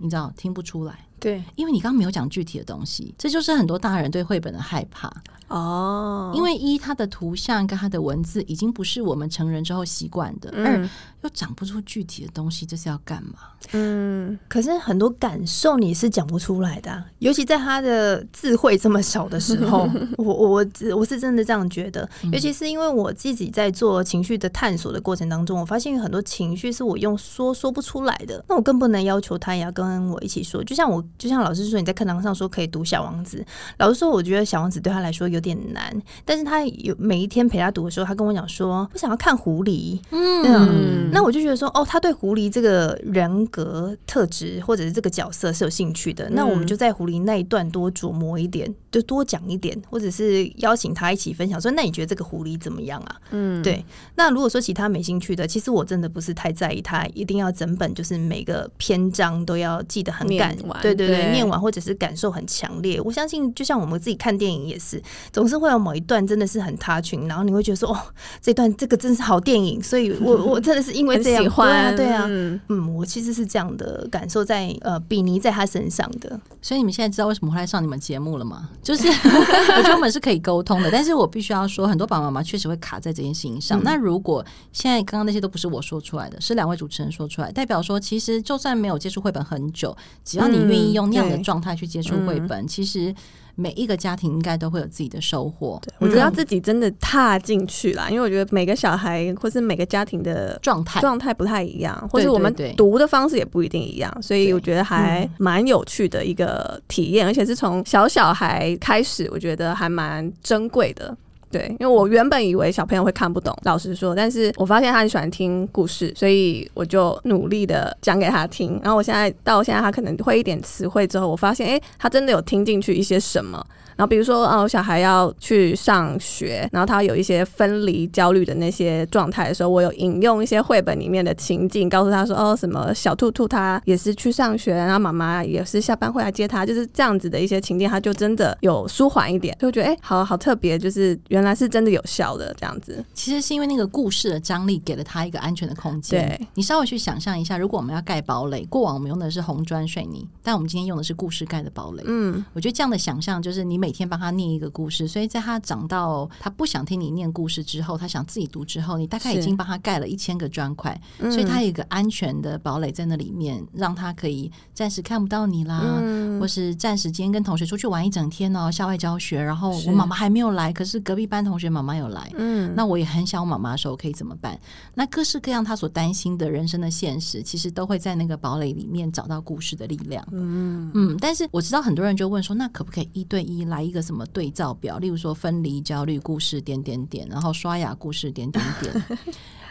B: 你知道听不出来，
A: 对，
B: 因为你刚刚没有讲具体的东西，这就是很多大人对绘本的害怕。
C: 哦
B: 因为一，它的图像跟它的文字已经不是我们成人之后习惯的；二，又讲不出具体的东西，这是要干嘛？
C: 嗯，
A: 可是很多感受你是讲不出来的啊、尤其在他的智慧这么少的时候，我我我我是真的这样觉得。尤其是因为我自己在做情绪的探索的过程当中，我发现有很多情绪是我用说说不出来的，那我更不能要求他也要跟我一起说。就像我就像老师说，你在课堂上说可以读《小王子》，老师说我觉得《小王子》对他来说有点难，但是他有每一天陪他读的时候，他跟我讲说，我想要看狐狸，
B: 嗯，
A: 那我就觉得说，哦，他对狐狸这个人格特质或者是这个角色是有兴趣的，那我们就在狐狸那一段多琢磨一点，就多讲一点，或者是邀请他一起分享说，那你觉得这个狐狸怎么样啊？
C: 嗯，
A: 对那如果说其他没兴趣的，其实我真的不是太在意他，一定要整本就是每个篇章都要记得很感
C: 念，完
A: 对对对，
C: 对
A: 念完或者是感受很强烈。我相信，就像我们自己看电影也是，总是会有某一段真的是很 touching，然后你会觉得说，哦，这段这个真是好电影，所以 我我真的是因为
C: 很
A: 这样
C: 喜欢，
A: 对啊。对啊
C: 嗯
A: 嗯，我其实是这样的感受在呃比尼在他身上的，
B: 所以你们现在知道为什么会来上你们节目了吗？就是我觉得我们是可以沟通的，但是我必须要说，很多爸爸妈妈确实会卡在这件事情上。那如果现在刚刚那些都不是我说出来的，是两位主持人说出来，代表说其实就算没有接触绘本很久，只要你愿意用那样的
A: 对
B: 状态去接触绘本，其实每一个家庭应该都会有自己的收获。
C: 我觉得要自己真的踏进去啦，因为我觉得每个小孩或是每个家庭的
B: 状态
C: 状态不太一样，或是
B: 对
C: 我们
B: 对
C: 读的方式也不一定一样，所以
B: 对
C: 我觉得还蛮有趣的一个体
A: 嗯
C: 验，而且是从小小孩开始，我觉得还蛮珍贵的。对，因为我原本以为小朋友会看不懂，老实说，但是我发现他很喜欢听故事，所以我就努力的讲给他听。然后我现在到现在，他可能会一点词汇之后，我发现，诶，他真的有听进去一些什么。然后比如说，哦，小孩要去上学，然后他有一些分离焦虑的那些状态的时候，我有引用一些绘本里面的情境，告诉他说，哦，什么小兔兔他也是去上学，然后妈妈也是下班会来接他，就是这样子的一些情境，他就真的有舒缓一点，就觉得哎，好好特别，就是原来是真的有效的这样子。
B: 其实是因为那个故事的张力给了他一个安全的空间。
C: 对，
B: 你稍微去想象一下，如果我们要盖堡垒，过往我们用的是红砖水泥，但我们今天用的是故事盖的堡 垒。
C: 嗯，
B: 我觉得这样的想象就是你每天帮他念一个故事，所以在他长到他不想听你念故事之后，他想自己读之后，你大概已
C: 是
B: 经帮他盖了一千个砖块，
C: 嗯
B: 所以他有一个安全的堡垒在那里面，让他可以暂时看不到你啦。
C: 嗯
B: 或是暂时今天跟同学出去玩一整天哦，校外教学，然后
C: 是
B: 我妈妈还没有来，可是隔壁班同学妈妈有来，
C: 嗯
B: 那我也很想我妈妈的时候可以怎么办？那各式各样他所担心的人生的现实，其实都会在那个堡垒里面找到故事的力量。嗯但是我知道很多人就问说，那可不可以一对一来一个什么对照表？例如说分离焦虑故事点点点，然后刷牙故事点点点。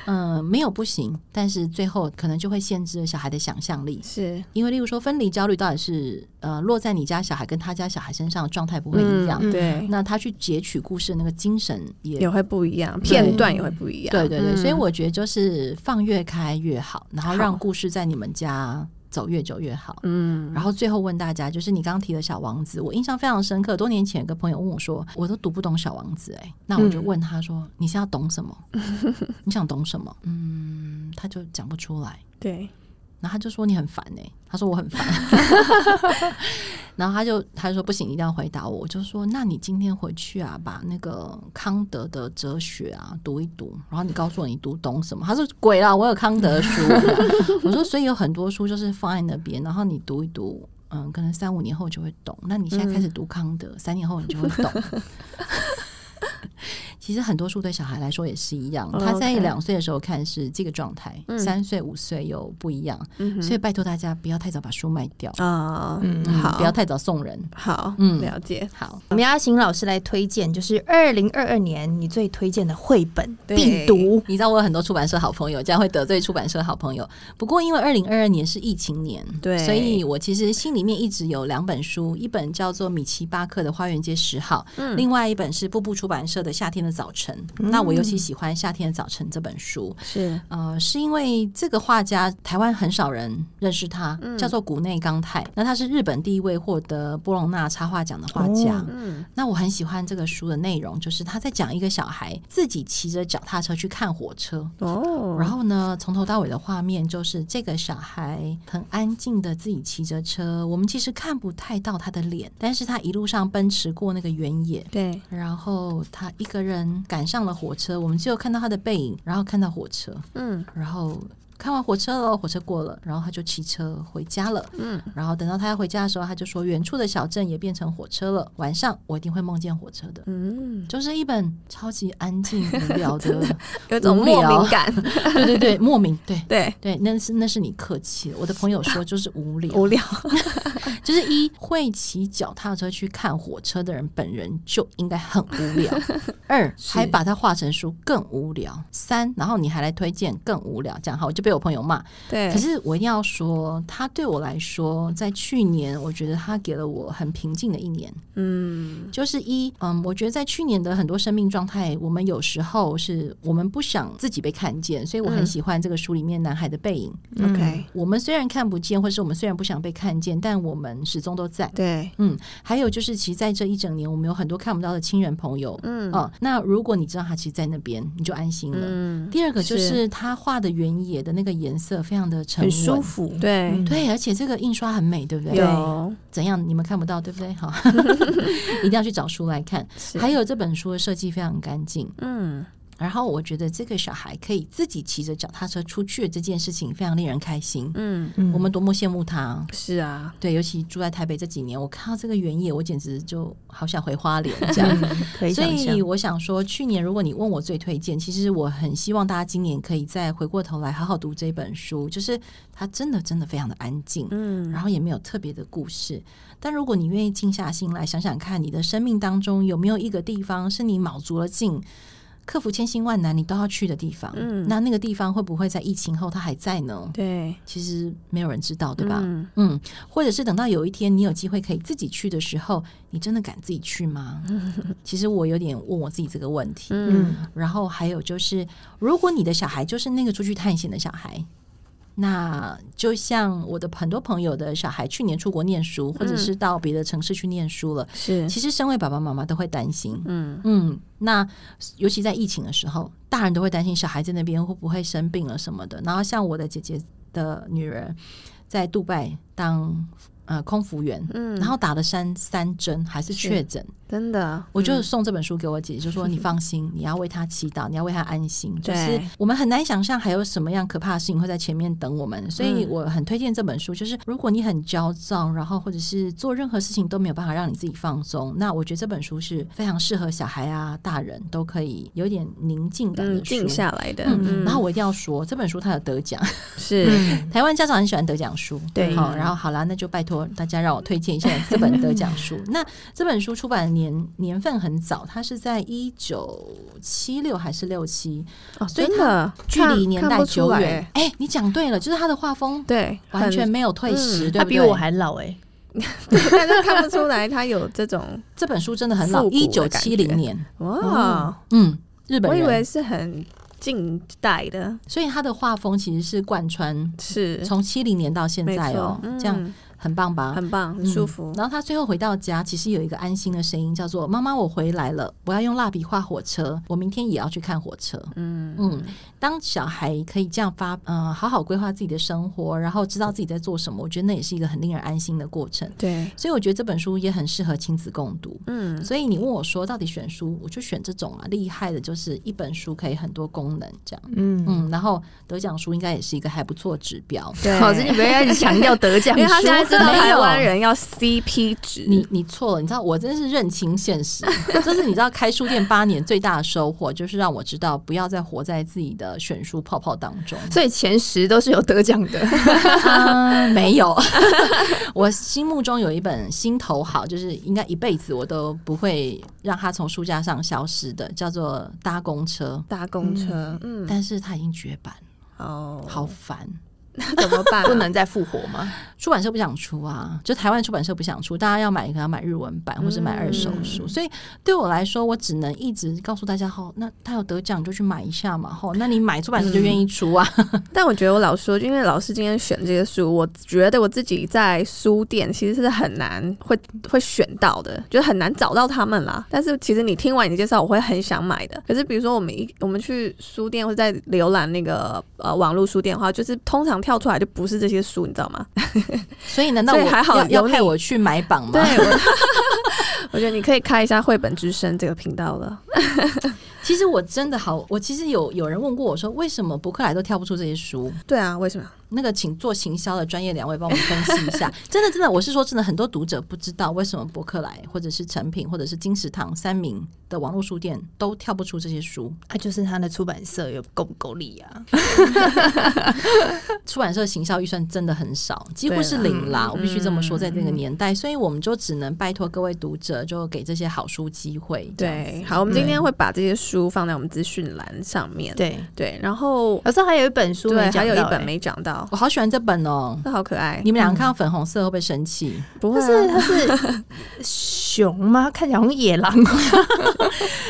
B: 嗯，没有不行，但是最后可能就会限制了小孩的想象力。
C: 是
B: 因为，例如说，分离焦虑到底是呃落在你家小孩跟他家小孩身上的状态不会一样，
C: 嗯对，
B: 那他去截取故事的那个精神也
C: 也会不一样，片段也会不一样。
B: 对对对，
C: 嗯
B: 所以我觉得就是放越开越好，然后
C: 好
B: 让故事在你们家走越久越好。
C: 嗯，
B: 然后最后问大家，就是你刚刚提的小王子，我印象非常深刻。多年前有个朋友问我说，我都读不懂小王子、哎，那我
C: 嗯
B: 就问他说，你是要懂什么？你想懂什么？嗯，他就讲不出来。
C: 对，
B: 然后他就说你很烦哎、他说我很 烦，然后他就他就说不行，一定要回答我。我就说那你今天回去啊，把那个康德的哲学啊读一读，然后你告诉我你读懂什么。他说鬼啦，我有康德的 书。我说所以有很多书就是放在那边，然后你读一读。嗯，可能三五年后就会懂。那你现在
C: 嗯
B: 开始读康德，三年后你就会 懂。其实很多书对小孩来说也是一样，他在
C: 哦 OK
B: 两岁的时候看是这个状态，
C: 嗯
B: 三岁五岁有不一样。
C: 嗯哼
B: 所以拜托大家不要太早把书卖掉，
C: 啊，
A: 嗯
B: 嗯
C: 好
B: 不要太早送人。
C: 好，
B: 嗯
C: 了解。
B: 好，
A: 我们要请老师来推荐，就是二零二二年你最推荐的绘本
C: 对
A: 必读，
B: 你知道我有很多出版社好朋友，这样会得罪出版社好朋友。不过因为二零二二年是疫情年，
C: 对
B: 所以我其实心里面一直有两本书，一本叫做米奇巴克的《花园街十号》，
C: 嗯
B: 另外一本是步步出版社的《夏天的早晨》。那我尤其喜欢《夏天的早晨》这本书，
C: 是
B: 呃，是因为这个画家台湾很少人认识他，
C: 嗯
B: 叫做谷内刚太。那他是日本第一位获得波隆纳插画奖的画家。
A: 哦
C: 嗯
B: 那我很喜欢这个书的内容，就是他在讲一个小孩自己骑着脚踏车去看火车，
C: 哦
B: 然后呢，从头到尾的画面就是这个小孩很安静的自己骑着车，我们其实看不太到他的脸，但是他一路上奔驰过那个原野。
C: 对，
B: 然后他一个人赶上了火车，我们只有看到他的背影，然后看到火车，
C: 嗯
B: 然后看完火车了，火车过了，然后他就骑车回家了。
C: 嗯，
B: 然后等到他要回家的时候，他就说远处的小镇也变成火车了，晚上我一定会梦见火车的。
C: 嗯，
B: 就是一本超级安静 无聊的，
C: 有一种
B: 无
C: 莫
B: 聊
C: 名感，
B: 对对对，莫名对
C: 对，
B: 对，那是那是你客气了。我的朋友说就是无聊，
C: 无聊，
B: 就是一会骑脚踏车去看火车的人本人就应该很无 聊，二还把它画成书更无聊，三然后你还来推荐更无聊，这样好我就被我朋友骂。
C: 对
B: 可，是我一定要说，他对我来说，在去年我觉得他给了我很平静的一年。
C: 嗯，
B: 就是一，嗯，我觉得在去年的很多生命状态，我们有时候是我们不想自己被看见，所以我很
C: 嗯
B: 喜欢这个书里面男孩的背影。
A: 嗯
C: OK
B: 我们虽然看不见，或是我们虽然不想被看见，但我们始终都在。
C: 对，
B: 还有就是，其实在这一整年，我们有很多看不到的亲人朋友。
C: 嗯
B: 嗯，那如果你知道他其实在那边，你就安心了。
C: 嗯，
B: 第二个就是是他画的原野的那个颜色非常的沉
A: 很
B: 稳，
A: 舒服。
C: 对
A: 嗯，
B: 对，而且这个印刷很美，对不对？
C: 有
B: 怎样你们看不到，对不对？ 好，一定要去找书来看。
C: 是
B: 还有这本书的设计非常干净，
C: 嗯，
B: 然后我觉得这个小孩可以自己骑着脚踏车出去这件事情非常令人开心。
C: 嗯，
A: 嗯
B: 我们多么羡慕他！
C: 是啊，
B: 对，尤其住在台北这几年，我看到这个原野，我简直就好想回花莲这样。
A: 嗯 可以
B: 所
A: 想象
B: 以，我想说，去年如果你问我最推荐，其实我很希望大家今年可以再回过头来好好读这本书，就是它真的真的非常的安静，
C: 嗯，
B: 然后也没有特别的故事。但如果你愿意静下心来想想看，你的生命当中有没有一个地方是你卯足了劲，克服千辛万难你都要去的地方？
C: 嗯
B: 那那个地方会不会在疫情后它还在呢？
C: 对，
B: 其实没有人知道，对吧？
C: 嗯
B: 嗯，或者是等到有一天你有机会可以自己去的时候，你真的敢自己去吗？ 其实我有点问我自己这个问题。
C: 嗯，
A: 嗯
B: 然后还有就是，如果你的小孩就是那个出去探险的小孩，那就像我的很多朋友的小孩去年出国念书，或者
C: 嗯
B: 是到别的城市去念书了，
C: 是，
B: 其实身为爸爸妈妈都会担心。
C: 嗯
B: 嗯，那尤其在疫情的时候，大人都会担心小孩在那边会不会生病了啊什么的。然后像我的姐姐的女儿在杜拜当呃空服员，
C: 嗯，
B: 然后打了三三针还是
C: 是
B: 确诊，
C: 真的，
B: 我就
C: 嗯
B: 送这本书给我姐姐，就说你放心，你要为她祈祷，你要为她安心。 就是
C: 对
B: 我们很难想象还有什么样可怕的事情会在前面等我们，所以
C: 嗯
B: 我很推荐这本书。就是如果你很焦躁，然后或者是做任何事情都没有办法让你自己放松，那我觉得这本书是非常适合小孩啊、大人都可以有点宁静感
C: 嗯
B: 的书
C: 静。下来的，
B: 嗯，
C: 嗯，
B: 然后我一定要说，这本书它有得奖，
C: 是
B: 台湾家长很喜欢得奖书，
A: 对
B: 好，然后好啦，那就拜托大家让我推荐一下这本得奖 书。那这本书出版的年年份很早，它是在一九七六还是六七，
C: 哦，
B: 所以
C: 真的
B: 距离年代久，
C: 看看不
B: 远
C: 出来。
B: 哎、你讲对了，就是它的画风
C: 对，
B: 完全
C: 很，
B: 没有退时，对
C: 嗯
A: 他
B: 不
A: 比
B: 对？
A: 我还老哎、
C: 但是看不出来他有 这种
B: 这本书真的很老，
C: 复
B: 一
C: 古
B: 九
C: 的感觉
B: 七零年，
C: 哇，
B: 嗯，日本
C: 我以
B: 人，
C: 为是很近代的，
B: 所以它的画风其实是贯穿
C: 是
B: 从七零年到现
C: 没
B: 在
C: 错，
B: 哦，
C: 嗯
B: 这样很棒吧？
C: 很棒，很舒服，
B: 嗯然后他最后回到家，其实有一个安心的声音，叫做“妈妈，我回来了，我要用蜡笔画火车，我明天也要去看火车。”
C: 嗯
B: 嗯，当小孩可以这样发，嗯、好好规划自己的生活，然后知道自己在做什么，我觉得那也是一个很令人安心的过程。
C: 对，
B: 所以我觉得这本书也很适合亲子共读。
C: 嗯
B: 所以你问我说到底选书，我就选这种啊，厉害的就是一本书可以很多功能这样。
A: 嗯
B: 嗯，然后得奖书应该也是一个还不错指标。
C: 对，
A: 好，这你不要一直强调得奖
C: 因为他
A: 书
C: 现在知道
B: 没有
C: 台湾人要 CP 值，
B: 你你错了，你知道我真是认清现实， 就是你知道开书店八年最大的收获，就是让我知道不要再活在自己的选书泡泡当中。
A: 所以前十都是有得奖的。
B: 嗯，没有， 我心目中有一本心头好，就是应该一辈子我都不会让它从书架上消失的，叫做《搭公车》，
C: 搭公车，嗯，
B: 但是它已经绝版，
C: 哦，
B: 好，烦。
C: 怎么办啊？
A: 不能再复活吗？
B: 出版社不想出啊，就台湾出版社不想出，大家要买可能要买日文版或是买二手书，所以对我来说，我只能一直告诉大家，吼，那他有得奖你就去买一下嘛， 吼，那你买出版社就愿意出啊，
C: 但我觉得我老实说，因为老师今天选这些书，我觉得我自己在书店其实是很难会会选到的，就是很难找到他们啦。但是其实你听完你的介绍，我会很想买的。可是比如说我们一我们去书店或者在浏览那个呃网络书店的话，就是通常跳出来就不是这些书，你知道吗？
B: 所以难道
C: 所以
B: 我
C: 还好
B: 要
C: 有
B: 要派我去买榜吗？
C: 对， 我我觉得你可以开一下绘本之声这个频道了。
B: 其实我真的好，我其实有有人问过我说，为什么博客来都挑不出这些书？
C: 对啊，为什么？
B: 那个请做行销的专业两位帮我们分析一 下。真的，真的，我是说真的，很多读者不知道为什么博客来或者是成品或者是金石堂三明的网络书店都跳不出这些书。
A: 啊，就是他的出版社有够不够力啊？
B: 出版社行销预算真的很少，几乎是零
C: 啊
B: 啦，我必须这么说，
C: 嗯
B: 在那个年代，所以我们就只能拜托各位读者，就给这些好书机会。这样
C: 对，
B: 子
C: 好，我们今天会把这些书放在我们资讯栏上面。
A: 对，
C: 对，然后
A: 老师还有一本书
C: 嗯对，
A: 没讲到、
C: 还有一本
A: 欸，
C: 没讲到，
B: 我好喜欢这本哦。
C: 这好可爱。
B: 你们两个看到粉红色会不会生气？
C: 不会
A: 但
C: 啊
A: 是它是熊吗？看起来好像野狼。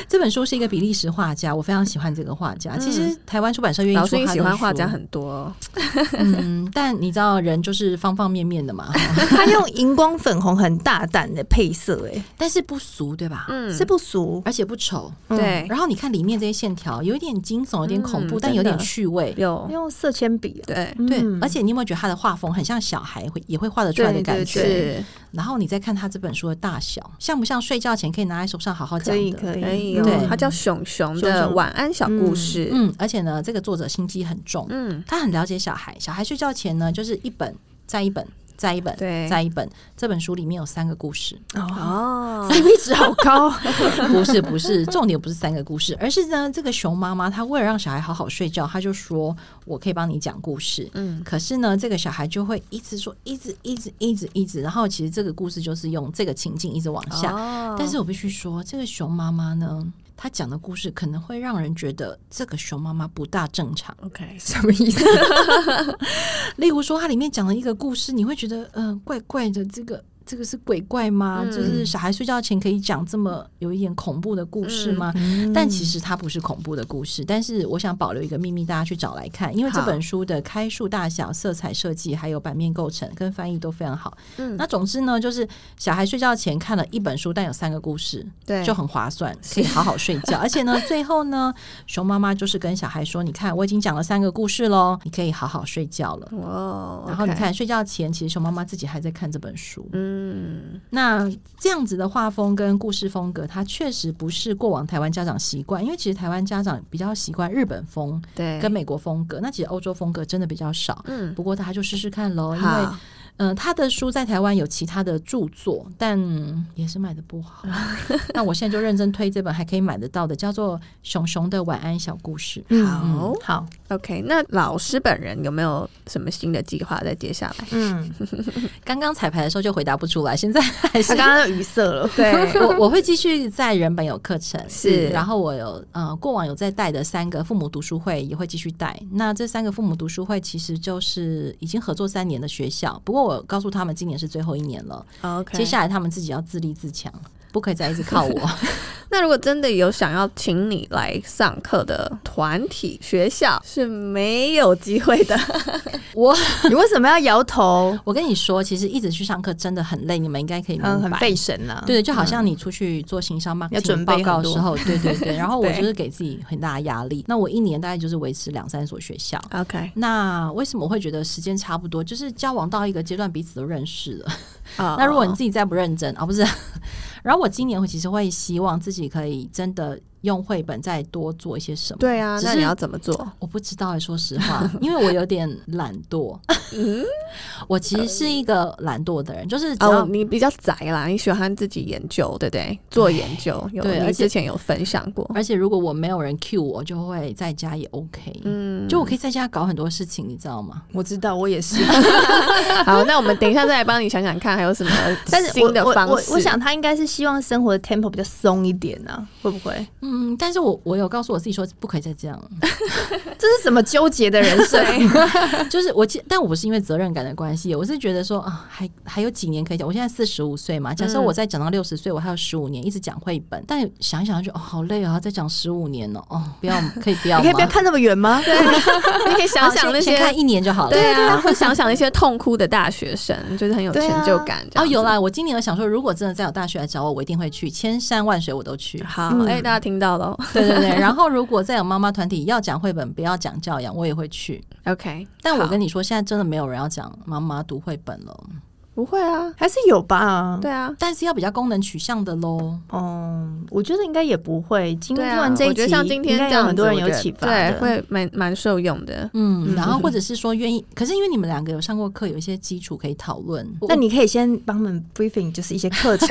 B: 这本书是一个比利时画家，我非常喜欢这个画家。
C: 嗯
B: 其实台湾出版社愿意
C: 老
B: 出
C: 师，
B: 他
C: 你
B: 的
C: 喜欢
B: 书
C: 画家，很多，
B: 嗯，但你知道人就是方方面面的 嘛，
A: 他用荧光粉红很大胆的配色、欸，
B: 但是不俗对吧？
C: 嗯，
A: 是不俗。
B: 而且不丑。
A: 嗯
C: 对，
B: 然后你看里面这些线条，有一点惊悚，有点恐怖，
C: 嗯
B: 但有点
A: 真的
B: 趣味。
C: 有
A: 嗯用色铅笔、啊，
C: 对
B: 对，
A: 嗯
B: 而且你有没有觉得他的画风很像小孩会也会画得出来的
C: 对
B: 感
C: 对
B: 觉？
C: 对，
B: 然后你再看他这本书的大小，像不像睡觉前可以拿在手上好好讲
A: 可以
B: 的？
A: 可以，啊
C: 可以
B: 对
C: 哦，它叫熊熊
A: 熊
C: 的
A: 熊
C: 晚安小故事，
B: 嗯，而且呢，这个作者心机很重，
C: 嗯，
B: 他很了解小孩。小孩睡觉前呢，就是一本再一本再一本
C: 对
B: 再一本。这本书里面有三个故事，
A: 哦
C: 哦，
A: ，CP 值好高，
B: 不是不是，重点不是三个故事，而是呢，这个熊妈妈她为了让小孩好好睡觉，她就说我可以帮你讲故事。
C: 嗯，
B: 可是呢，这个小孩就会一直说，一直一直一直一直，然后其实这个故事就是用这个情境一直往下。
C: 哦
B: 但是我必须说，这个熊妈妈呢，她讲的故事可能会让人觉得这个熊妈妈不大正常。
C: OK，
A: 什么意思？
B: 例如说，它里面讲了一个故事，你会觉得，嗯、怪怪的，这个这个是鬼怪吗？
C: 嗯
B: 就是小孩睡觉前可以讲这么有一点恐怖的故事
C: 嗯
B: 吗？
A: 嗯
B: 但其实它不是恐怖的故事，但是我想保留一个秘密，大家去找来看，因为这
C: 好
B: 本书的开数大小、色彩设计，还有版面构成跟翻译都非常好。
C: 嗯
B: 那总之呢，就是小孩睡觉前看了一本书，但有三个故事，
C: 对，
B: 就很划算，可以好好睡 觉。而且呢，最后呢，熊妈妈就是跟小孩说：“你看，我已经讲了三个故事喽，你可以好好睡觉了。”
C: 哇，
B: 然后你
C: 嗯 OK，
B: 看，睡觉前其实熊妈妈自己还在看这本书。
C: 嗯，
B: 那这样子的画风跟故事风格，它确实不是过往台湾家长习惯，因为其实台湾家长比较习惯日本风
C: 对，
B: 跟美国风格，那其实欧洲风格真的比较少。
C: 嗯，
B: 不过大家就试试看喽，因为
C: 好，
B: 嗯、呃他的书在台湾有其他的著作，但也是卖的不 好。那我现在就认真推这本还可以买得到的，叫做《熊熊的晚安小故事》。
A: 嗯
C: 好
A: 好，
C: OK，那老师本人有没有什么新的计划在接下 来？
A: 嗯，
B: 刚刚彩排的时候就回答不出来，现在还是
A: 他刚刚有语塞了，
C: 对，
B: 我我会继续在人本有课 程，
C: 是
B: 嗯然后我有呃过往有在带的三个父母读书会也会继续带。那这三个父母读书会其实就是已经合作三年的学校，不过我告诉他们今年是最后一年了
C: OK，
B: 接下来他们自己要自立自强，不可以再一直靠我。
C: 那如果真的有想要请你来上课的团体学校是没有机会的，
B: 我
A: 你为什么要摇 头？
B: 我跟你说，其实一直去上课真的很累，你们应该可以明白。
A: 嗯，很费神呐、啊。
B: 对，就好像你出去做行销 marketing
A: 要准备
B: 报告
A: 很
B: 的
A: 多
B: 时候，对 对对。然后我
C: 对
B: 就是给自己很大的压力，那我一年大概就是维持两三所学校。
C: OK
B: 那为什么我会觉得时间差不多？就是交往到一个阶段，彼此都认识了。
A: 哦
C: 啊
B: 那如果你自己再不认真啊，不是？然后我今年会其实会希望自己可以真的用绘本再多做一些什么。
C: 对啊，
B: 只
C: 那
B: 是
C: 你要怎么做？
B: 我不知道、欸，说实话， 因为我有点懒惰。我其实是一个懒惰的人，就是只要、
C: 嗯哦，你比较宅啦，你喜欢自己研究，对不对？做研究，有
B: 哎对而
C: 你
B: 且
C: 之前有分享 过，
B: 而且如果我没有人 cue 我，就会在家也 OK。
C: 嗯，
B: 就我可以在家搞很多事情，你知道吗？
A: 我知道，我也是。
C: 好，那我们等一下再来帮你想想看还有什 么
A: 但是我
C: 新的
A: 我
C: 方
A: 我
C: 式。
A: 我想他应该是希望生活的 tempo 比较松一点啊，会不会？
B: 嗯，但是我我有告诉我自己说不可以再这样了，
A: 这是什么纠结的人 生？
B: 就是我，其，但我不是因为责任感的关系，我是觉得说啊，还还有几年可以讲。我现在四十五岁嘛，假设
C: 嗯
B: 我再讲到六十岁，我还有十五年一直讲绘本，但想一想就哦，好累啊、再讲十五年哦，哦，不要，可以不要
A: 你可
B: 吗？
A: 以不要看那么远吗？对，
C: 你可
B: 好
C: 以想想
B: 先
C: 那些
B: 先看一年就好了。
C: 对啊，会想想那些痛哭的大学生，就是很有
A: 对
C: 成
A: 啊
C: 就感。这
B: 哦，
C: 样子。
B: 有啦！我今年有想说，如果真的再有大学来找我，我一定会去，千山万水我都去
C: 好，
A: 嗯
C: 哎、大家听到了
B: 对对对，然后如果再有妈妈团体要讲绘本，不要讲教养，我也会去。
C: ，OK。
B: 但我
C: 好
B: 跟你说，现在真的没有人要讲妈妈读绘本了。
C: 不会啊，
A: 还是有吧？
C: 对啊，
B: 但是要比较功能取向的喽。
A: 哦，我觉得应该也不会。经
C: 对
A: 完
C: 啊，
A: 这一
C: 我
A: 集，
C: 觉得像今天
A: 应
C: 这
A: 该
C: 样
A: 有
C: 子，
A: 很多人
C: 我
A: 有
C: 觉得
A: 启发的，
C: 对，会蛮蛮受用的。
B: 嗯，
A: 嗯
B: 然后或者是说愿意，可是因为你们两个有上过课，有一些基础可以讨论。
A: 那你可以先帮他们 briefing，就是一些课 程，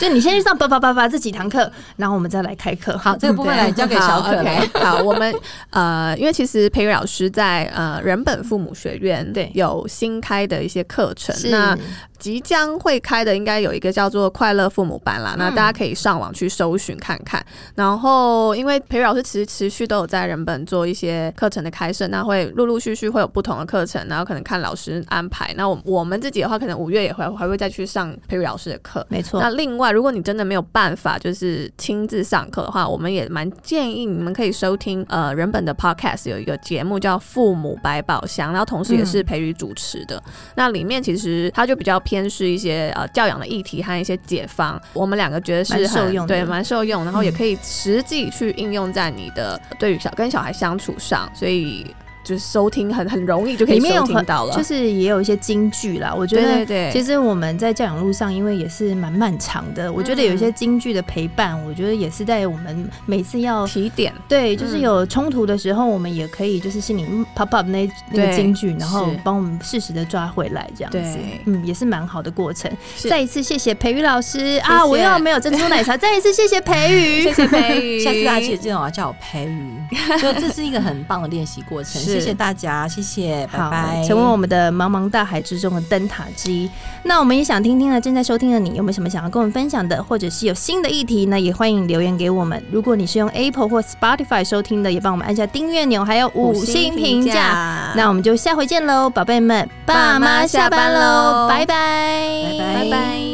A: 就你先去上叭叭叭叭这几堂课，然后我们再来开课。
B: 好，这个部分来交给小
C: 好
B: 可来。
C: OK，好，我们呃，因为其实培育老师在呃人本父母学院
A: 对
C: 有新开的一些课程，
A: 是
C: 那即将会开的应该有一个叫做快乐父母班啦，那大家可以上网去搜寻看看。然后，因为培育老师其实持续都有在人本做一些课程的开设，那会陆陆续续会有不同的课程，然后可能看老师安排。那我我们自己的话，可能五月也会还会再去上培育老师的课。
A: 没错
C: 那，另外，如果你真的没有办法就是亲自上课的话，我们也蛮建议你们可以收听呃人本的 podcast 有一个节目叫《父母百宝箱》，然后同时也
A: 嗯
C: 是培宇主持的。那里面其实它就比较偏是一些呃教养的议题和一些解方，我们两个觉得是
A: 蛮受
C: 很
A: 用的
C: 对，蛮受用，然后也可以实际去应用在你的对于小跟小孩相处上，所以就是收听很很容易就可以
A: 里面有
C: 收听
A: 很
C: 到了。
A: 啊就是是也有一些金句啦，我觉
C: 对
A: 得
C: 对对，
A: 其实我们在教养路上，因为也是蛮漫长的，我觉得有
C: 嗯
A: 一些京剧的陪伴，我觉得也是在我们每次要
C: 提点
A: 对，就是有冲突的时候，我们也可以就是心里嗯 pop up 那那个
C: 对
A: 京剧，然后
C: 是
A: 帮我们适时的抓回来，这样子
C: 对，
A: 嗯，也是蛮好的过程。
C: 是
A: 再一次谢谢培宇老师啊，
C: 谢
A: 我又没有珍珠奶 茶，再一次谢谢培宇
C: 谢。谢 培宇，
B: 下次大家记得记得我要叫我培瑜，就这是一个很棒的练习过程。
C: 是
B: 谢谢大家，谢谢，拜
A: 好
B: 拜。，
A: 成为我们的茫茫大海之中的灯塔之一。那我们也想听听呢，正在收听的你有没有什么想要跟我们分享的，或者是有新的议题呢？也欢迎留言给我们。如果你是用 Apple 或 Spotify 收听的，也帮我们按下订阅钮，还有五星评价。。那我们就下回见喽，宝贝们，爸
C: 爸妈
A: 妈下
C: 下
A: 班
C: 班
A: 喽，
C: 喽
A: 拜拜，
B: 拜拜拜拜